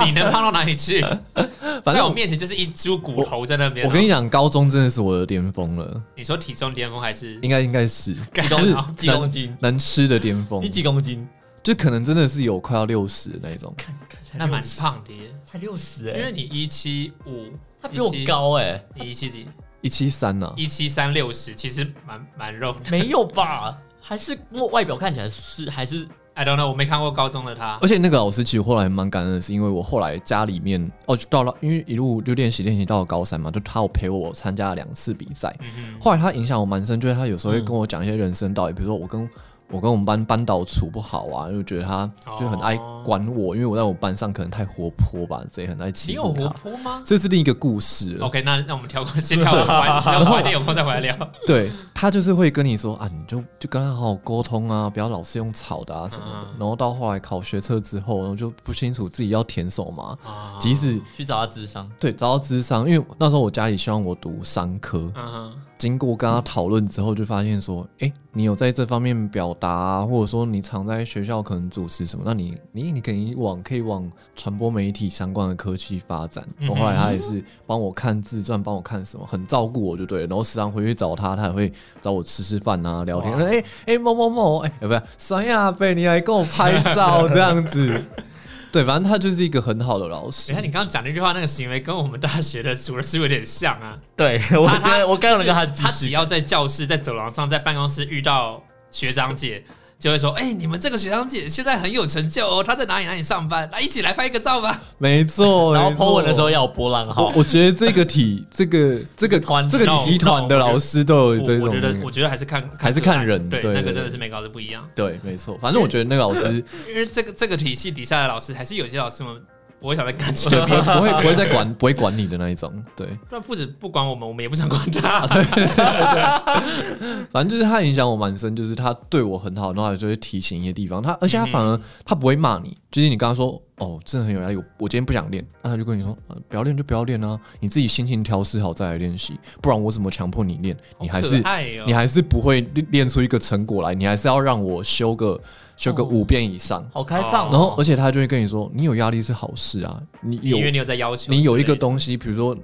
S2: 你能胖到哪里去？
S3: 反
S2: 在
S3: 正
S2: 我
S3: 我
S2: 面前就是一株骨头在那边。啊
S3: 我跟你讲，高中真的是我的巅峰了，
S2: 你说体重巅峰还是
S3: 应该应该是
S2: 干
S3: 就
S2: 好
S1: 几公
S3: 是
S1: 斤？
S3: 能能吃的巅峰
S1: 你，几公斤？
S3: 就可能真的是有快要六十的那种。
S1: 看看起来
S2: 那蛮
S1: 60
S2: 胖的耶，
S1: 才六十
S2: 因为
S1: 哎，
S2: 你一七五，
S1: 他比我，高哎，
S2: 你一七几？
S3: 一七三啊呐，
S2: 一七三六十，其实蛮蛮肉的。
S1: 没有吧？还是我外表看起来是还是
S2: I don't know，我没看过高中的他。
S3: 而且那个老师其实后来蛮感恩的，是因为我后来家里面哦，就到了，因为一路就练习练习到了高三嘛，就他有陪我参加了两次比赛。
S2: 嗯哼，
S3: 后来他影响我蛮深，就是他有时候会跟我讲一些人生道理，比如说我跟我跟我们班班导处不好啊，就觉得他就很爱管我，因为我在我班上可能太活泼吧，这也很爱
S2: 你
S3: 欺
S2: 有
S3: 负
S2: 活
S3: 他。
S2: 泼哦吗
S3: 这是另一个故事了。
S2: ？OK，那那我们跳过，先跳过，晚只要晚一点有空再回来 聊。
S3: 对他就是会跟你说啊，你就就跟他好好沟通啊，不要老是用吵的啊什么的。
S2: 嗯
S3: 然后到后来考学测之后，然后就不清楚自己要填什么，
S2: 啊
S3: 即使
S1: 去找他智商？
S3: 对，找到智商，因为那时候我家里希望我读商科，
S2: 嗯哼，
S3: 经过跟他讨论之后，就发现说，哎、你有在这方面表达、啊或者说你常在学校可能主持什么，那你你你可以往可以往传播媒体相关的科技发展。
S2: 嗯哼
S3: 我后来他也是帮我看自传，帮我看什么，很照顾我就对了。然后时常回去找他，他也会找我吃吃饭啊，聊天。
S2: 哇
S3: 哎哎某某某，哎、欸、不是三亚贝，你来跟我拍照这样子。 对，反正他就是一个很好的老师
S2: 等一下。你刚刚讲那句话，那个行为跟我们大学的主任是有点像啊。
S1: 对，我
S2: 他
S1: 觉
S2: 他
S1: 得我刚刚有跟他
S2: 就是
S1: 即
S2: 他
S1: 视
S2: 只要在教室、在走廊上、在办公室遇到学长姐，就会说：“哎、你们这个学长姐现在很有成就哦，她在哪里哪里上班，来一起来拍个照吧。
S3: 没错，
S1: 然后
S3: 没错
S1: Po 文的时候要有波浪号
S3: 我，我觉得这个体、这 个、这个
S1: 团
S3: 这个集团的老师都
S2: 我”
S3: 有这
S2: 我
S3: 种
S2: 觉得，
S3: 那
S2: 我
S3: 个，
S2: 觉得还是看，
S3: 还是
S2: 个案
S3: 看人
S2: 对，
S3: 对
S2: 那个
S3: 对
S2: 真的
S3: 对
S2: 是没搞的不一样。
S3: 对，没错。反正我觉得那个老师，
S2: 因为这个这个体系底下的老师，还是有些老师们不会想再干涉
S3: 对，。不不会不会再管 不会管你的那一种，对，
S2: 那不止不管我们，我们也不想管
S3: 啊
S2: 他。
S3: 反正就是他影响我蛮深，就是他对我很好，然后他就会提醒一些地方，他而且他反而嗯他不会骂你，就是你跟他说哦，真的很有压力，我我今天不想练，那他就跟你说、呃不要练就不要练啊，你自己心情调试好再来练习，不然我怎么强迫你练？你 还
S2: 好
S3: 是
S2: 可爱哦
S3: 你还是不会练练出一个成果来，你还是要让我修个修个五遍以上。
S1: 好开放、哦。
S3: 然后，而且他就会跟你说，你有压力是好事啊，你有
S2: 因为你有在要求之类的，
S3: 你有一个东西，比如说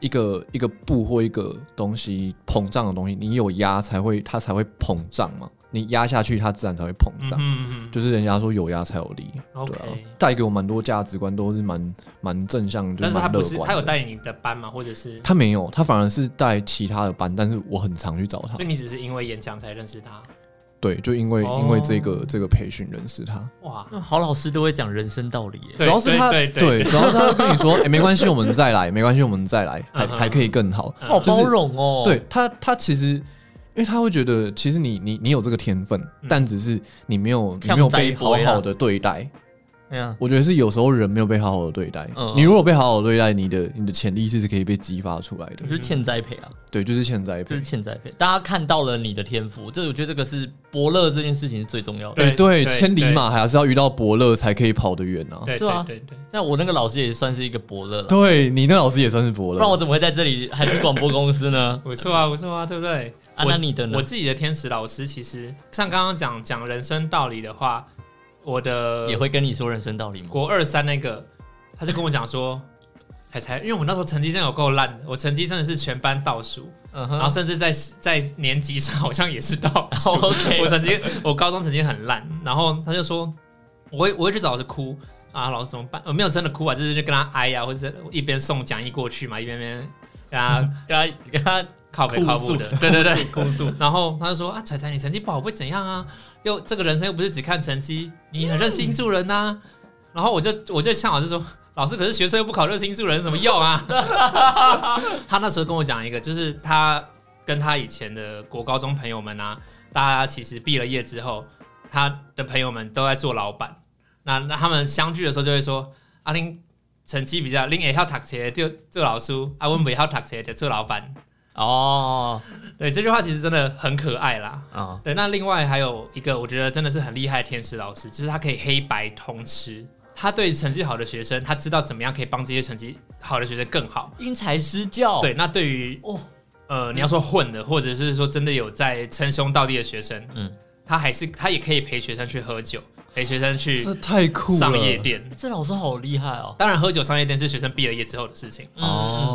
S3: 一个一个布或一个东西膨胀的东西，你有压才会它才会膨胀嘛，你压下去它自然才会膨
S2: 嗯
S3: 胀。
S2: 嗯嗯
S3: 就是人家说有压才有力，
S2: ，OK
S3: 对。啊，带给我蛮多价值观，都是蛮蛮正向，就
S2: 但是他
S3: 蛮乐
S2: 不是，他有
S3: 观的。
S2: 带你的班吗？或者是，
S3: 他没有，他反而是带其他的班，但是我很常去找他
S2: 所以。你只是因为演讲才认识他？
S3: 对，就因为、
S2: 哦
S3: 因为这个这个培训认识他，
S2: 哇，
S1: 那好老师都会讲人生道理耶。
S2: 对
S3: 主要是他
S2: 对对
S3: 主要是他会跟 你说，哎、没关系，我们再来，没关系，我们再来，还
S2: 嗯哼
S3: 还可以更好。
S1: 好包容哦。
S3: 对他，他其实，因为他会觉得，其实你你你有这个天分，
S2: 嗯
S3: 但只是你没有你没有被好好的对待。
S1: 哎呀，
S3: 我觉得是有时候人没有被好好的对待，
S1: 嗯
S3: 你如果被好好的对待，你的你的潜力是可以被激发出来的
S2: 嗯
S1: 我。觉得欠栽培啊，
S3: 对，就是现在
S1: 就是欠栽培。大家看到了你的天赋，这我觉得这个是伯乐这件事情是最重要的。
S2: 对
S3: 哎
S2: 对
S3: 对，千里马还是要遇到伯乐才可以跑得远啊。
S2: 对
S1: 对啊
S2: 对对对，？
S1: 那我那个老师也算是一个伯乐了，
S3: 对你那老师也算是伯
S1: 不然我
S3: 乐，
S1: 怎么会在这里还去广播公司呢
S2: 不错啊，不错啊，对不对？
S1: 啊，
S2: 我
S1: 那你的呢
S2: 我？自己的天使老师，其实像刚刚讲讲人生道理的话，我的
S1: 也会跟你说人生道理吗？
S2: 国二三那个，他就跟我讲说， 彩彩，因为我那时候成绩真的有够烂的，我成绩真的是全班倒数，
S1: 嗯
S2: 然后
S1: 哼
S2: 甚至在在年级上好像也是倒数。
S1: ，OK，
S2: 我成绩，我高中成绩很烂，然后他就说，我会我会去找老师哭啊，老师怎么办？我没有真的哭啊，就是就跟他哀呀、啊，或者是一边送讲义过去嘛，一边边跟他
S1: 跟他跟他
S2: 靠北
S1: 哭
S2: 靠步
S1: 诉
S2: 的，对对对，
S1: 哭诉，
S2: 然后他就说啊，彩彩你成绩不好会怎样啊？又这个人生又不是只看成绩，你很热心助人呐、然后我就我就向老师说，老师可是学生又不考热心助人，什么用啊？ 他那时候跟我讲一个，就是他跟他以前的国高中朋友们啊，大家其实毕了业之后，他的朋友们都在做老板，那那他们相聚的时候就会说，阿、啊、林。成绩比较，恁会晓读册就做老师，啊，阮袂晓读册就做老板。
S1: 哦
S2: 对，这句话其实真的很可爱啦。
S1: 啊，
S2: 对，那另外还有一个，我觉得真的是很厉害的天使老师，就是他可以黑白通吃。他对成绩好的学生，他知道怎么样可以帮这些成绩好的学生更好。
S1: 因材施教，
S2: 对，那对于
S1: 哦，
S2: 呃，你要说混的，或者是说真的有在称兄道弟的学生，
S1: 嗯
S2: 嗯，他还是他也可以陪学生去喝酒，陪学生去
S3: 这太酷了。
S2: 上夜店。
S1: 这老师好厉害哦。
S2: 当然，喝酒上夜店是学生毕了业之后的事情。
S3: 哦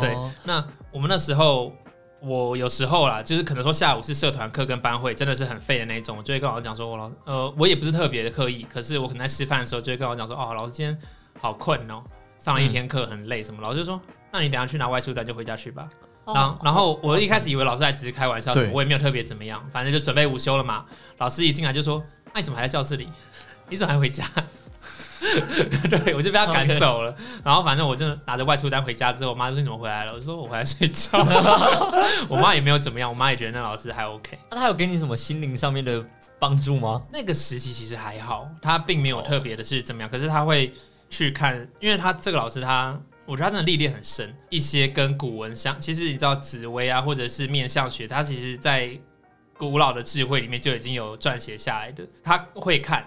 S1: 嗯，
S2: 对，那我们那时候，我有时候啦，就是可能说下午是社团课跟班会，真的是很废的那种，我就会跟老师讲说，我老呃，我也不是特别的刻意，可是我可能在吃饭的时候就会跟老师讲说，哦，老师今天好困哦，上了一天课很累什么，老师就说，那你等一下去拿外出单就回家去吧。
S1: 哦
S2: 然后，然后我一开始以为老师还只是开玩笑，
S3: 对
S2: 什么我也没有特别怎么样，反正就准备午休了嘛。老师一进来就说：“那、你怎么还在教室里？ 你怎么还回家？” 对，我就被他赶走了。然后反正我就拿着外出单回家之后，我妈就说：“你怎么回来了？”我说：“我回来睡觉。”我妈也没有怎么样，我妈也觉得那老师还 OK。
S1: 那他有给你什么心灵上面的帮助吗？
S2: 那个时期其实还好，他并没有特别的是怎么样，可是他会去看，因为他这个老师他，我觉得他真的历练很深，一些跟古文相，其实你知道紫薇啊，或者是面相学，他其实在古老的智慧里面就已经有撰写下来的，他会看，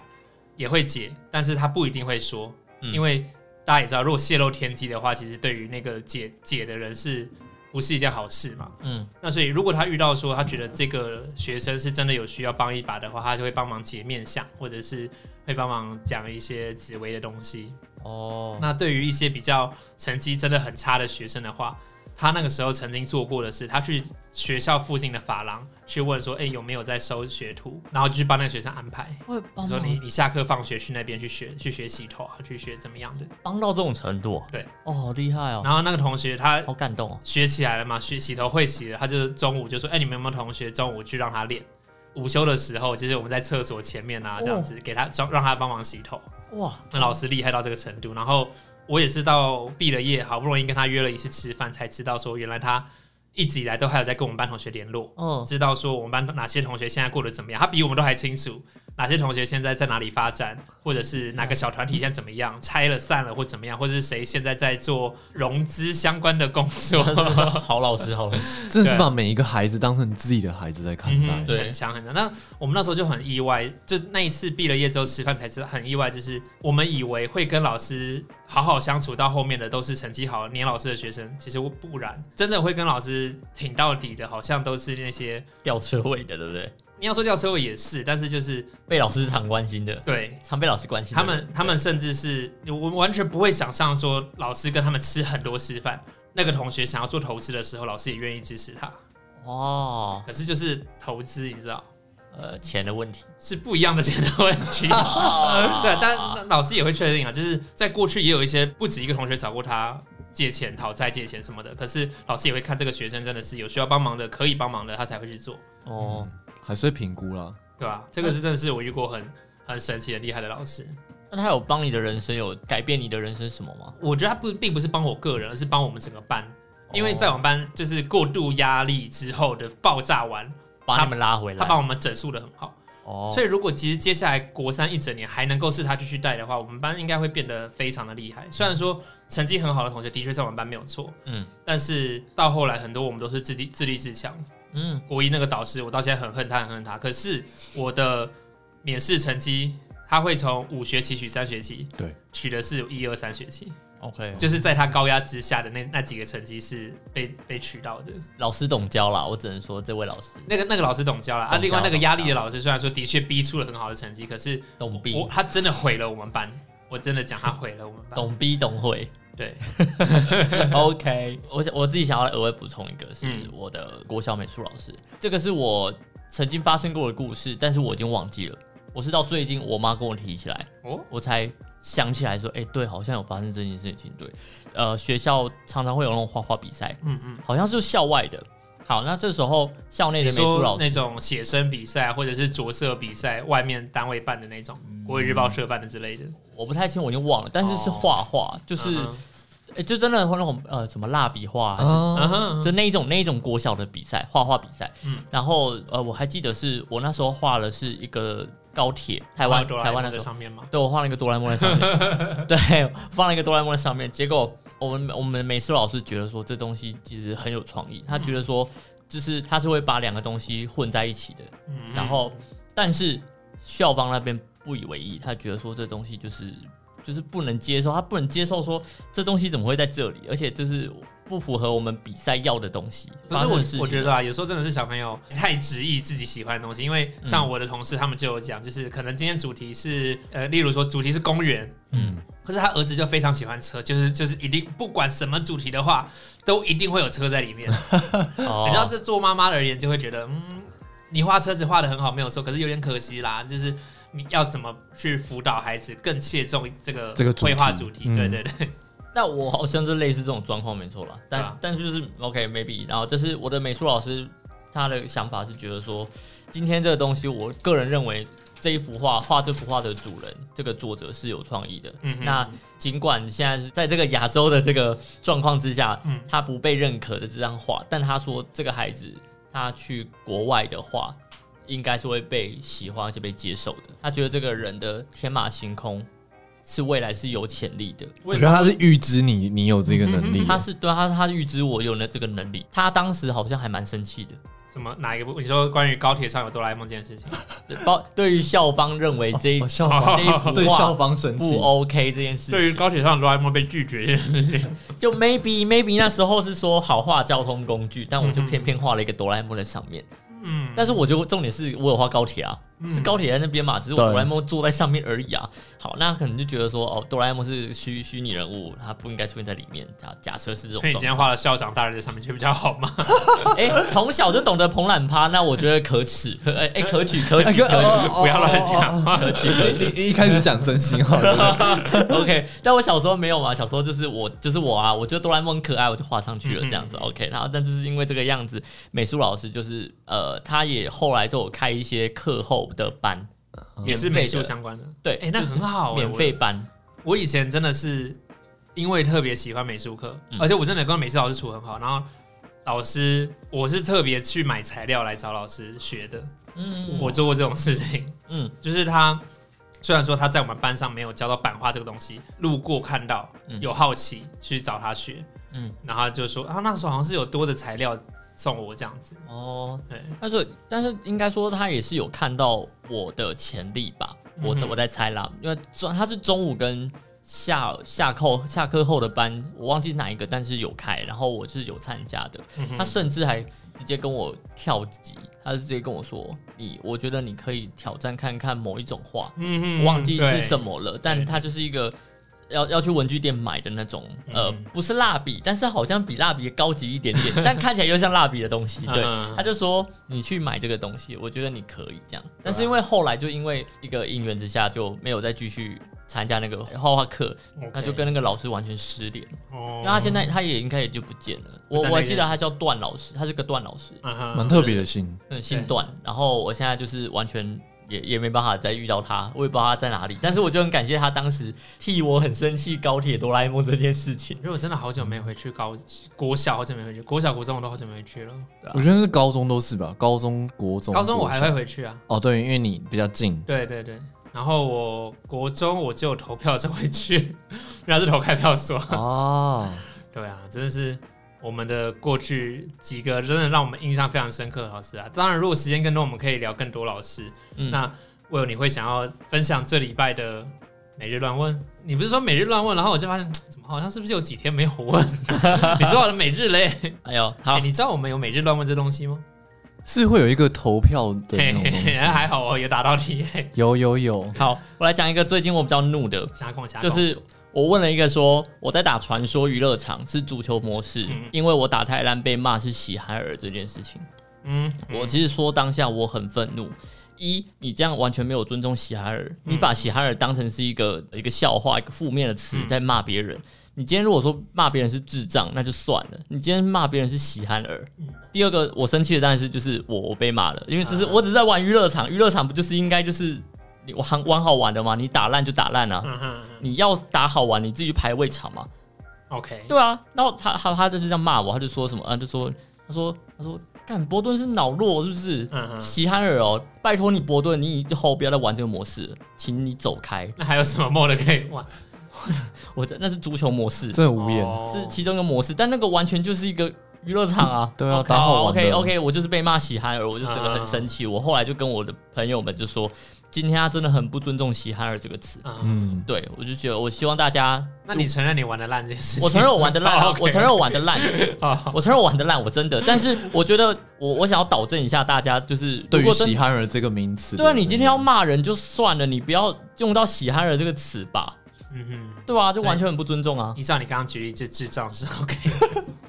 S2: 也会解，但是他不一定会说，
S1: 嗯
S2: 因为大家也知道，如果泄露天机的话，其实对于那个解解的人是不是一件好事嘛？
S1: 嗯，
S2: 那所以，如果他遇到说他觉得这个学生是真的有需要帮一把的话，他就会帮忙解面相，或者是会帮忙讲一些紫薇的东西。
S1: 哦，
S2: 那对于一些比较成绩真的很差的学生的话，他那个时候曾经做过的是，他去学校附近的发廊去问说，哎、有没有在收学徒，然后就去帮那个学生安排。
S1: 会帮
S2: 说
S1: 忙
S2: 你你下课放学去那边去学去学洗头啊，去学怎么样的？
S1: 帮到这种程度，
S2: 对，
S1: 哦，好厉害哦，
S2: 然后那个同学他
S1: 好感动哦，
S2: 学起来了嘛，学洗头会洗了，他就是中午就说，哎、你们有没有同学中午去让他练？午休的时候，其实我们在厕所前面啊，这样子、给他让让他帮忙洗头。
S1: 哇，
S2: 那老师厉害到这个程度，然后我也是到毕了业，好不容易跟他约了一次吃饭，才知道说原来他一直以来都还有在跟我们班同学联络，
S1: 嗯，
S2: 知道说我们班哪些同学现在过得怎么样，他比我们都还清楚。哪些同学现在在哪里发展，或者是哪个小团体现在怎么样，拆了散了或怎么样，或者是谁现在在做融资相关的工作，
S1: 好老师，好老师，
S3: 真的是
S2: 对
S3: 把每一个孩子当成自己的孩子在看
S2: 嗯
S3: 待。
S2: 哼
S1: 对
S2: 很强很强。那我们那时候就很意外，就那一次毕了业之后吃饭才知道，很意外，就是我们以为会跟老师好好相处，到后面的都是成绩好黏老师的学生，其实不然，真的会跟老师挺到底的，好像都是那些
S1: 吊车尾的，对不对？
S2: 你要说吊车尾也是，但是就是
S1: 被老师常关心的，
S2: 对。
S1: 常被老师关心的
S2: 他
S1: 人。
S2: 们他们甚至是我完全不会想象说老师跟他们吃很多吃饭，那个同学想要做投资的时候，老师也愿意支持他。
S1: 哦，
S2: 可是就是投资，你知道
S1: 呃，钱的问题。
S2: 是不一样的钱的问 题。 对
S1: 对，
S2: 啊，但老师也会确定啊，就是在过去也有一些不止一个同学找过他借钱、讨债、借钱什么的，可是老师也会看这个学生真的是有需要帮忙的、可以帮忙的，他才会去做，
S1: 哦，
S3: 还是会评估啦。
S2: 对吧、这个是真的是我遇过很 很神奇、很厉害的老师。
S1: 那他有帮你的人生有改变你的人生什么吗？
S2: 我觉得他不并不是帮我个人，而是帮我们整个班，因为
S1: 哦
S2: 在我们班就是过度压力之后的爆炸完，
S1: 把你们拉回
S2: 他
S1: 来。
S2: 把我们整肃的很好。
S1: 哦，
S2: 所以如果其实接下来国三一整年还能够是他继续带的话，我们班应该会变得非常的厉害。虽然说成绩很好的同学的确在我们班没有错，
S1: 嗯
S2: 嗯，但是到后来很多我们都是自己自立自强。
S1: 嗯，
S2: 国一那个导师，我到现在很恨他，很恨他。可是我的免试成绩，他会从五学期取三学期，
S3: 对，
S2: 取的是一二三学期，
S1: OK，
S2: 就是在他高压之下的那那几个成绩是被被取到的。
S1: 老师懂教啦，我只能说这位老师
S2: 那个那个老师懂教了啊，
S1: 懂教
S2: 另外那个压力的
S1: 懂
S2: 老师虽然说的确逼出了很好的成绩，可是。
S1: 懂
S2: 我
S1: 逼
S2: 他真的毁了我们班，我真的讲他毁了我们班。
S1: 懂逼懂会。
S2: 对，
S1: OK，我想我自己想要额外补充一个，是
S2: 嗯
S1: 我的国小美术老师，这个是我曾经发生过的故事，但是我已经忘记了。我是到最近我妈跟我提起来，
S2: 哦，
S1: 我才想起来说，哎、对，好像有发生这件事情。对，呃，学校常常会有那种画画比赛，
S2: 嗯嗯，
S1: 好像是校外的。好，那这时候校内
S2: 你
S1: 的美术
S2: 说
S1: 老
S2: 那
S1: 师，
S2: 种写生比赛或者是着色比赛，外面单位办的那种，
S1: 嗯
S2: 国语日报社办的之类的，
S1: 我不太清，我已经忘了，但是是画画，就是、
S2: 哦嗯哼
S1: 诶就真的会那种呃什么蜡笔画啊，还是
S2: 嗯
S3: 啊，
S2: 哼，
S1: 就那一种那一种国小的比赛，画画比赛。
S2: 嗯
S1: 然后呃，我还记得是我那时候画的是一个高铁，台湾台湾那
S2: 的
S1: 时候，
S2: 上面吗？
S1: 对我画了一个哆啦 A 梦在上面， 对，放了一个哆啦 A 梦在上面。结果我们我们美术老师觉得说这东西其实很有创意，他觉得说就是他是会把两个东西混在一起的，
S2: 嗯
S1: 然后但是校方那边不以为意，他觉得说这东西就是就是不能接受，他不能接受说这东西怎么会在这里，而且就是不符合我们比赛要的东西。
S2: 可
S1: 发
S2: 是
S1: 生
S2: 我
S1: 的事情
S2: 我觉得啊，有时候真的是小朋友太执意自己喜欢的东西，因为
S1: 嗯
S2: 像我的同事他们就有讲，就是可能今天主题是呃，例如说主题是公园，
S3: 嗯，
S2: 可是他儿子就非常喜欢车，就是就是一定不管什么主题的话，都一定会有车在里面。
S1: 哦
S2: 你知道这做妈妈的而言就会觉得，嗯，你画车子画的很好，没有错，可是有点可惜啦，就是你要怎么去辅导孩子更切中这个
S3: 这个主题
S2: 绘画主题？
S3: 嗯
S2: 对对对，
S1: 那我好像就类似这种状况，没错啦。但、
S2: 对啊
S1: 但就是 OK maybe，然后就是我的美术老师他的想法是觉得说，今天这个东西，我个人认为这一幅画画这幅画的主人这个作者是有创意的。
S2: 嗯哼
S1: 那尽管现在是在这个亚洲的这个状况之下，
S2: 嗯
S1: 他不被认可的这张画，但他说这个孩子他去国外的话，应该是会被喜欢而且被接受的。他觉得这个人的天马行空是未来是有潜力的。
S3: 我觉得他是预知你你有这个能
S2: 嗯
S3: 力的，
S1: 他是对他他预知我有了这个能力，他当时好像还蛮生气的，
S3: 哦
S2: 什么哪一个部？你说关于高铁上有哆啦 A 梦这件事情，
S1: 对包对于校方认为这一、
S3: 哦校方
S1: 这一幅
S3: 对校
S1: 画
S3: 方生气
S1: 不，OK
S2: 哦
S1: 这件事情，
S2: 对于高铁上的哆啦 A 梦被拒绝这件事情，
S1: 就 maybe maybe 那时候是说好画交通工具，但我就
S2: 嗯哼
S1: 偏偏画了一个哆啦 A 梦在上面，
S2: 嗯，
S1: 但是我觉得重点是我有画高铁啊，
S2: 嗯
S1: 是高铁在那边嘛，只是我
S3: 对
S1: 哆啦 A 梦坐在上面而已啊。好，那可能就觉得说哦，哆啦 A 梦是虚虚拟人物，他不应该出现在里面。假假设是这种
S2: 所以
S1: 状
S2: 你今
S1: 况，
S2: 天画了校长大人在上面就比较好嘛？
S1: 哎，从小就懂得捧懒趴，那我觉得可耻， 哎哎，可取可
S3: 哎
S1: 取
S3: 哥
S1: 可取。
S3: 哦哦
S2: 不要乱
S3: 哦
S2: 讲话。
S1: 可取可取
S3: 你你一开始讲真心话，对不 对
S1: OK，但我小时候没有嘛，小时候就是我就是我啊，我觉得哆啦 A 梦可爱，我就画上
S2: 嗯
S1: 去了这样子。OK，然后但就是因为这个样子，美术老师就是呃，他也后来都有开一些课后的班，
S2: 也是美
S1: 嗯
S2: 术
S1: 免费的
S2: 相关的，
S1: 对，
S2: 哎、那
S1: 就是
S2: 很好、欸，
S1: 免
S2: 我
S1: 费班，
S2: 我以前真的是因为特别喜欢美术课，
S1: 嗯
S2: 而且我真的跟美术老师处很好。然后老师，我是特别去买材料来找老师学的，
S1: 嗯
S2: 我做过这种事情，
S1: 嗯
S2: 就是他虽然说他在我们班上没有教到版画这个东西，路过看到
S1: 嗯
S2: 有好奇去找他学，
S1: 嗯
S2: 然后他就说啊那时候好像是有多的材料送我这样子，
S1: 哦
S2: 对，
S1: 但是但是应该说他也是有看到我的潜力吧，我
S2: 嗯哼
S1: 我在猜啦，因为中他是中午跟下下课下课后的班，我忘记是哪一个，但是有开，然后我是有参加的，
S2: 嗯
S1: 他
S2: 哼
S1: 甚至还直接跟我跳级，他就直接跟我说，你我觉得你可以挑战看看某一种画，
S2: 嗯
S1: 我忘记是什
S2: 么，
S1: 么了，但它就是一个要要去文具店买的那种，呃
S2: 嗯，
S1: 不是蜡笔，但是好像比蜡笔高级一点 点，但看起来又像蜡笔的东西。对，
S2: 嗯
S1: 他就说你去买这个东西，我觉得你可以这样。
S2: 啊
S1: 但是因为后来就因为一个因缘之下，就没有再继续参加那个画画课，
S2: OK
S1: 那就跟那个老师完全失联。
S2: 哦
S1: 因为他现在他也应该也就不见了。
S2: 不
S1: 我
S2: 在那
S1: 我还
S2: 边
S1: 记得他叫段老师，他是个段老师，
S2: 嗯
S3: 蛮
S2: 哼
S3: 特别的心。
S1: 嗯，姓段。然后我现在就是完全也也没办法再遇到他，我也不知道他在哪里。但是我就很感谢他当时替我很生气高铁哆啦 A 梦这件事 情。
S2: 因为我真的好久没回去高国小，好久没回去，国小、国中我都好久没回去了。
S1: 啊
S3: 我觉得是高中都是吧，高中、国中、
S2: 高中我还
S3: 国
S2: 会
S3: 小
S2: 回去啊，
S3: 哦，对，因为你比较 近，
S2: 对对对。然后我国中我只有投票的时候会去， 然后是投开票所。
S3: 哦，
S2: 对啊，真的是我们的过去几个真的让我们印象非常深刻的老师啊。当然，如果时间更多，我们可以聊更多老师。
S1: 嗯
S2: 那我有你会想要分享这礼拜的每日乱问？你不是说每日乱问，然后我就发现怎么好像是不是有几天没有问？ 你说好了每日嘞、
S1: 哎呦，好
S2: 欸，你知道我们有每日乱问这东西吗？
S3: 是会有一个投票的那
S2: 嘿
S3: 种
S2: 嘿
S3: 东西
S2: 嘿，。还好哦，有打到题。嘿
S3: 有有有，
S1: 好，我来讲一个最近我比较怒的，
S2: 瞎讲瞎讲，
S1: 就是我问了一个说我在打传说娱乐场是足球模式，
S2: 嗯
S1: 因为我打太烂被骂是喜海尔这件事情。
S2: 嗯，
S1: 我
S2: 嗯
S1: 其实说当下我很愤怒。一，你这样完全没有尊重喜哈尔，
S2: 嗯
S1: 你把喜哈尔当成是一个一个笑话、一个负面的词
S2: 嗯
S1: 在骂别人。你今天如果说骂别人是智障，那就算了；你今天骂别人是喜憨儿。
S2: 嗯
S1: 第二个，我生气的当然是就是我我被骂了，因为只是
S2: 啊
S1: 我只是在玩娱乐场，娱乐场不就是应该就是你玩玩好玩的吗？你打烂就打烂啊，
S2: 嗯哼嗯
S1: 你要打好玩，你自己去排位场嘛。
S2: ，OK，
S1: 对啊，然后他他他就是这样骂我，他就说什么啊，就说他说他说干伯顿是脑弱是不是？
S2: 嗯哼，
S1: 齐哈尔哦，拜托你伯顿，你以后不要再玩这个模式了，请你走开。
S2: 那还有什么 mode 可以玩？
S1: 我这那是足球模式，
S3: 真的无言。
S2: 哦
S1: 是其中一个模式，但那个完全就是一个娱乐场啊。
S3: 对啊
S1: OK，
S3: 打好玩的
S1: OK OK，我就是被骂喜憨儿，我就整个很生气。我后来就跟我的朋友们就说，今天他真的很不尊重喜憨儿这个词。
S2: 嗯，
S3: 嗯，
S1: 对，我就觉得，我希望大家，
S2: 那你承认你玩的烂这件事情？
S1: 我承认我玩的烂
S2: 哦
S1: 啊，
S2: ，OK
S1: 我承认我玩的烂，
S2: 哦
S1: 我承认我玩的烂，我真的。但是我觉得我，我想要导正一下大家，就是
S3: 对
S1: 如
S3: 于
S1: 果真
S3: 喜憨儿这个名词，
S1: 对啊，你今天要骂人就算了，你不要用到“喜憨儿”这个词吧？
S2: 嗯哼，
S1: 对啊，就完全很不尊重啊！
S2: 依照你刚刚举例，这智障是 OK。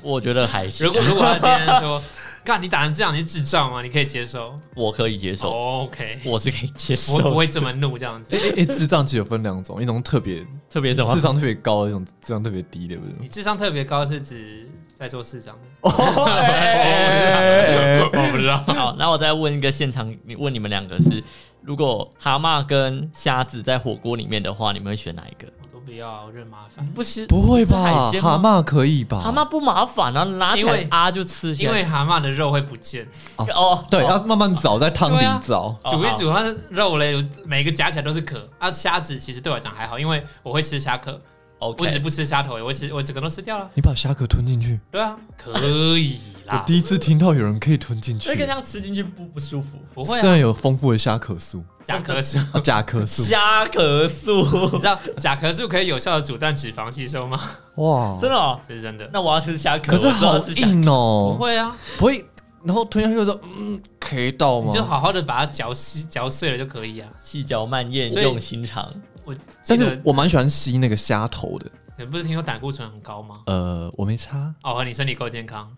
S1: 我觉得还行
S2: 如，果如果他今天说， 干你打成这样，你是智障吗？你可以接受
S1: 我可以接受，
S2: ？OK，
S1: 我是可以接受
S2: 哦我不
S1: 的。
S2: 会这么怒这样子。
S3: 哎，智障其实有分两种，一种特别
S1: 特别什么
S3: 智？商特别高的，一种智商特别低的，不是吗
S2: 你？智商特别高是指在做市长的？
S1: 哦
S3: 哦哎
S2: 我不知道。
S1: 好，那我再问一个现场，你问你们两个是，如果蛤蟆跟虾子在火锅里面的话，你们会选哪一个？
S2: 我都不要，我觉得麻烦。
S1: 不是，
S3: 不会
S1: 是
S3: 吧？
S1: 海鲜吗
S3: 蛤蟆可以吧？
S1: 蛤蟆不麻烦啊，拿起
S2: 因
S1: 来
S2: 为
S1: 啊就吃起
S2: 因
S1: 来。
S2: 为蛤蟆的肉会不见，
S1: 哦，
S3: 对，
S1: 哦
S3: 要慢慢找，在汤
S2: 对
S3: 里
S2: 啊
S3: 找。
S1: 哦
S2: 煮一煮它的肉嘞，每个夹起来都是壳。啊，虾子其实对我来讲还好，因为我会吃虾壳，
S1: ，OK，
S2: 我只不吃虾头，我吃我整个都吃掉了。
S3: 你把虾壳吞进去，
S2: 对啊，可以
S3: 我
S2: 啦，
S3: 第一次听到有人可以吞进去
S1: 这。个这样吃进去不不舒服。
S2: 不会
S3: 虽
S2: 啊，
S3: 然有丰富的虾壳素，
S2: 甲壳素。
S3: 啊，甲壳素，
S1: 虾壳素，
S2: 你知道甲壳素可以有效的阻断脂肪吸收吗？
S3: 哇，
S1: 真的哦。
S2: 这是真的。
S1: 那我要吃虾壳，
S3: 可是
S1: 我知道
S3: 好
S1: 要吃虾
S3: 硬
S2: 不
S3: 哦，
S2: 会啊，
S3: 不会，然后吞下去的时候，嗯，可以到
S2: 你
S3: 吗？
S2: 就好好的把它嚼细嚼碎了就可以啊。
S1: 细嚼慢咽，
S2: 所以
S1: 用心肠。
S2: 我
S3: 但
S2: 记
S3: 是
S2: 得
S3: 我蛮喜欢吸那个虾头的，
S2: 你不是听说胆固醇很高吗？
S3: 呃，我没擦，
S2: 哦，你身体够健康，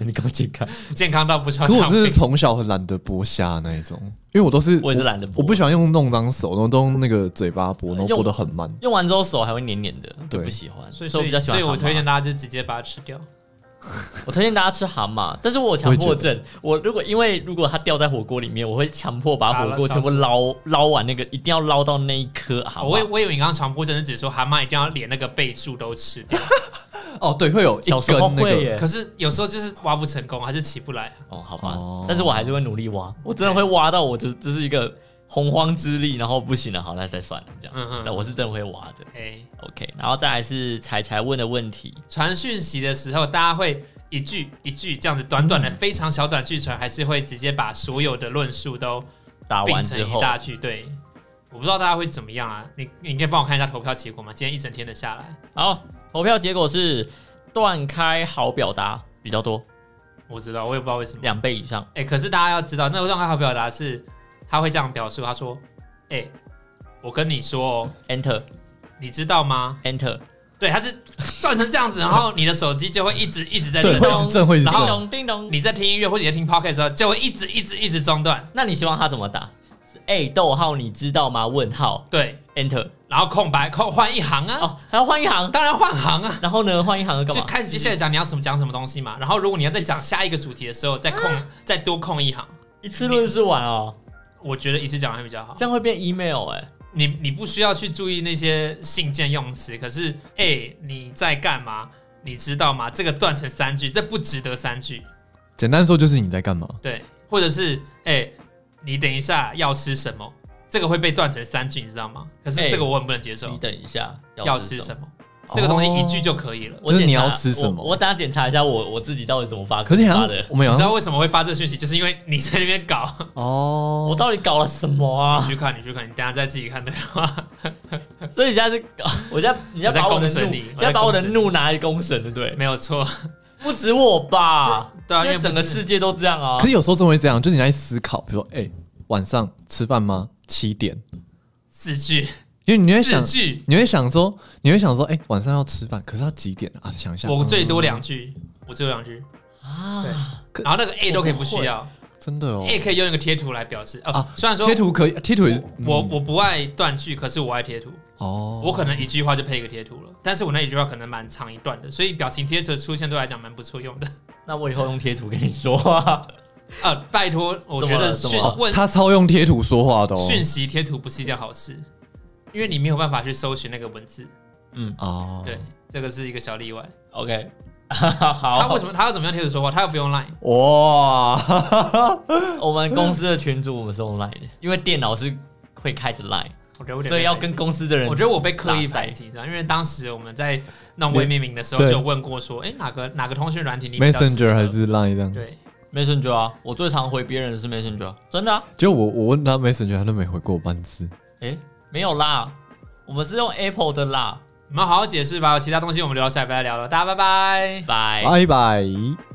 S1: 你给我解 开，
S2: 健康到不
S1: 啊
S2: 需要
S3: 可我
S2: 糖
S3: 真是
S2: 病。
S3: 从小很懒得剥虾那一种，因为我都是
S1: 我也是懒得剥
S3: 我不喜欢用弄脏手，然后都用那个嘴巴剥，然后
S1: 用
S3: 剥得很慢。
S1: 用完之后手还会黏黏的，就
S3: 对
S1: 不喜欢。所
S2: 所以
S1: 以
S2: 所
S1: 我
S2: 以
S1: 比较喜
S2: 所
S1: 欢
S2: 以
S1: 蛤蟆。
S2: 我推荐大家就直接把它吃掉。
S1: 我推荐大家吃蛤蟆，但是我有强迫症，我如果因为如果它掉在火锅里面，我会强迫把火锅全部捞捞完，那个一定要捞到那一颗蛤
S2: 哦我以
S1: 蟆。
S2: 我以为你刚刚强迫症是指说蛤蟆一定要连那个备注都吃掉，
S3: 哦，对，会有一
S1: 小时候
S3: 根那
S1: 会
S3: 个，
S1: 耶
S2: 可。是有时候就是挖不成功，还是起不来。啊
S1: 哦，好吧
S3: 哦，
S1: 但是我还是会努力挖，我真的会挖到我就这是一个洪荒之力，然后不行了，好，那再算了这样。
S2: 嗯
S1: 但
S2: 嗯。
S1: 我是真的会挖的。
S2: 哎、
S1: OK，然后再来是彩彩问的问题，
S2: 传讯息的时候，大家会一句一句这样子短短的、非常小短句传，还是会直接把所有的论述都
S1: 打
S2: 并
S1: 完
S2: 成
S1: 之
S2: 一
S1: 后，
S2: 大句？对，我不知道大家会怎么样啊？你你可以帮我看一下投票结果吗？今天一整天的下来，
S1: 好，投票结果是断开好表达比较多，
S2: 我知道，我也不知道为什么。
S1: 两倍以上。
S2: 哎、可是大家要知道，那个让他好表达是，他会这样表述，他说：“哎、我跟你说、哦，
S1: Enter
S2: 你知道吗？
S1: Enter，
S2: 对，他是 断成这样子，然后你的手机就会一直一直在
S3: 对，
S2: 震
S3: 会
S2: 动，
S3: 一直震，会一直
S1: 叮
S2: 然后
S3: 震。
S1: 咚叮咚。
S2: 你在听音乐或者你在听 podcast 的时候，就会一直一直一直中断，
S1: 那你希望他怎么打？是哎，逗号，你知道吗？问号
S2: 对，
S1: Enter。
S2: 然后空白空换一行啊，
S1: 哦，还要换一行，
S2: 当然换行啊，
S1: 然后呢，换一行要干
S2: 就
S1: 嘛？
S2: 开始接下来讲你要什么讲什么东西嘛，然后如果你要再讲下一个主题的时候，再空、再多空一行，
S1: 一次论述完哦，
S2: 我觉得一次讲完会比较好。
S1: 这样会变 email 哎、
S2: 你你不需要去注意那些信件用词，可是哎、你在干嘛？你知道吗？这个断成三句，这不值得三句。
S3: 简单说就是你在干嘛？
S2: 对，或者是哎、你等一下要吃什么？这个会被断成三句，你知道吗？可是
S1: 哎
S2: 这个我很不能接受。
S1: 你等一下，
S2: 哦要吃
S1: 么？
S2: 什么？哦这个东西一句
S3: 就。
S2: 就可以了。
S1: 我
S3: 就是
S1: 检
S3: 你
S1: 查
S3: 要吃什么
S1: 我我等下检查一下我我自己到底怎么发，
S3: 可是好
S1: 发
S3: 像
S1: 的，
S3: 我们
S2: 你
S3: 好
S2: 知
S3: 像
S2: 道为什么会发这个讯息？就是因为你在那边搞。
S3: 哦，
S1: 我到底搞了什么
S2: 你
S1: 啊？
S2: 去看，你去看，你等一下再自己看对 话。
S1: 所以你现在是， 我现在你现在把我的
S2: 我
S1: 怒，
S2: 在公审你
S1: 你
S2: 我在
S1: 现在把我的
S2: 公审
S1: 怒拿来公审，对不对？
S2: 没有错，
S1: 不止我吧？
S2: 对啊，因
S1: 现
S2: 为
S1: 在整个
S2: 不是
S1: 世界都这样啊
S3: 可。是有时候真的会这样，就是你在思考，比如说，哎、晚上吃饭吗？七点，
S2: 四句，
S3: 因为你会
S2: 四
S3: 想，
S2: 句，
S3: 你会想说，你会想说，哎、晚上要吃饭，可是要几点啊？想一下，
S2: 我最多
S3: 嗯
S2: 两句，我最多两句。
S1: 啊，
S3: 可
S2: 然后那个 A 都可以不
S1: 我
S2: 需
S1: 不会
S2: 要
S3: 真的哦，
S1: 哎
S2: ，A 可以用一个贴图来表示。哦
S3: 啊，
S2: 虽然说
S3: 贴图可以，贴图也是
S2: 我
S3: 嗯
S2: 我不爱断句，可是我爱贴图。
S3: 哦，
S2: 我可能一句话就配一个贴图了，但是我那一句话可能蛮长一段的，所以表情贴图出现对我来讲蛮不错用的。
S1: 那我以后用贴图跟你说啊。
S2: 啊，拜托，我觉得
S1: 怎
S2: 讯
S1: 么了
S3: 哦
S2: 问
S3: 他超用贴图说话的哦，
S2: 讯息贴图不是一件好事，因为你没有办法去搜寻那个文字。
S1: 嗯
S3: 哦，
S2: 对，这个是一个小例外。
S1: ，OK，
S2: 他
S1: 好
S2: 为。什么他要怎么样贴图说话？他又不用 Line，
S3: 哇，哈哈哈
S1: 我们公司的群主我们是用 Line 的，因为电脑是会开着 Line，
S2: 我觉得我有点
S1: 所以要
S2: 担
S1: 跟
S2: 心
S1: 公司的人
S2: 我觉得我被刻意
S1: 拉塞
S2: 排挤，这样，因为当时我们在弄微命名的时候
S3: 对
S2: 就有问过说，哎、哪个哪个通讯软体你比较适合
S3: ，Messenger 还是 Line 这样？
S2: 对，
S1: Messenger 啊，我最常回别人的是 Messenger，啊真的啊。
S3: 就我我问他 Messenger，他都没回过我半次。
S1: 诶，没有啦，我们是用 Apple 的啦，
S3: 啊
S2: 你们好好解释吧，其他东西我们留到下礼拜再聊了，大家拜拜。
S1: 拜。
S3: 拜拜。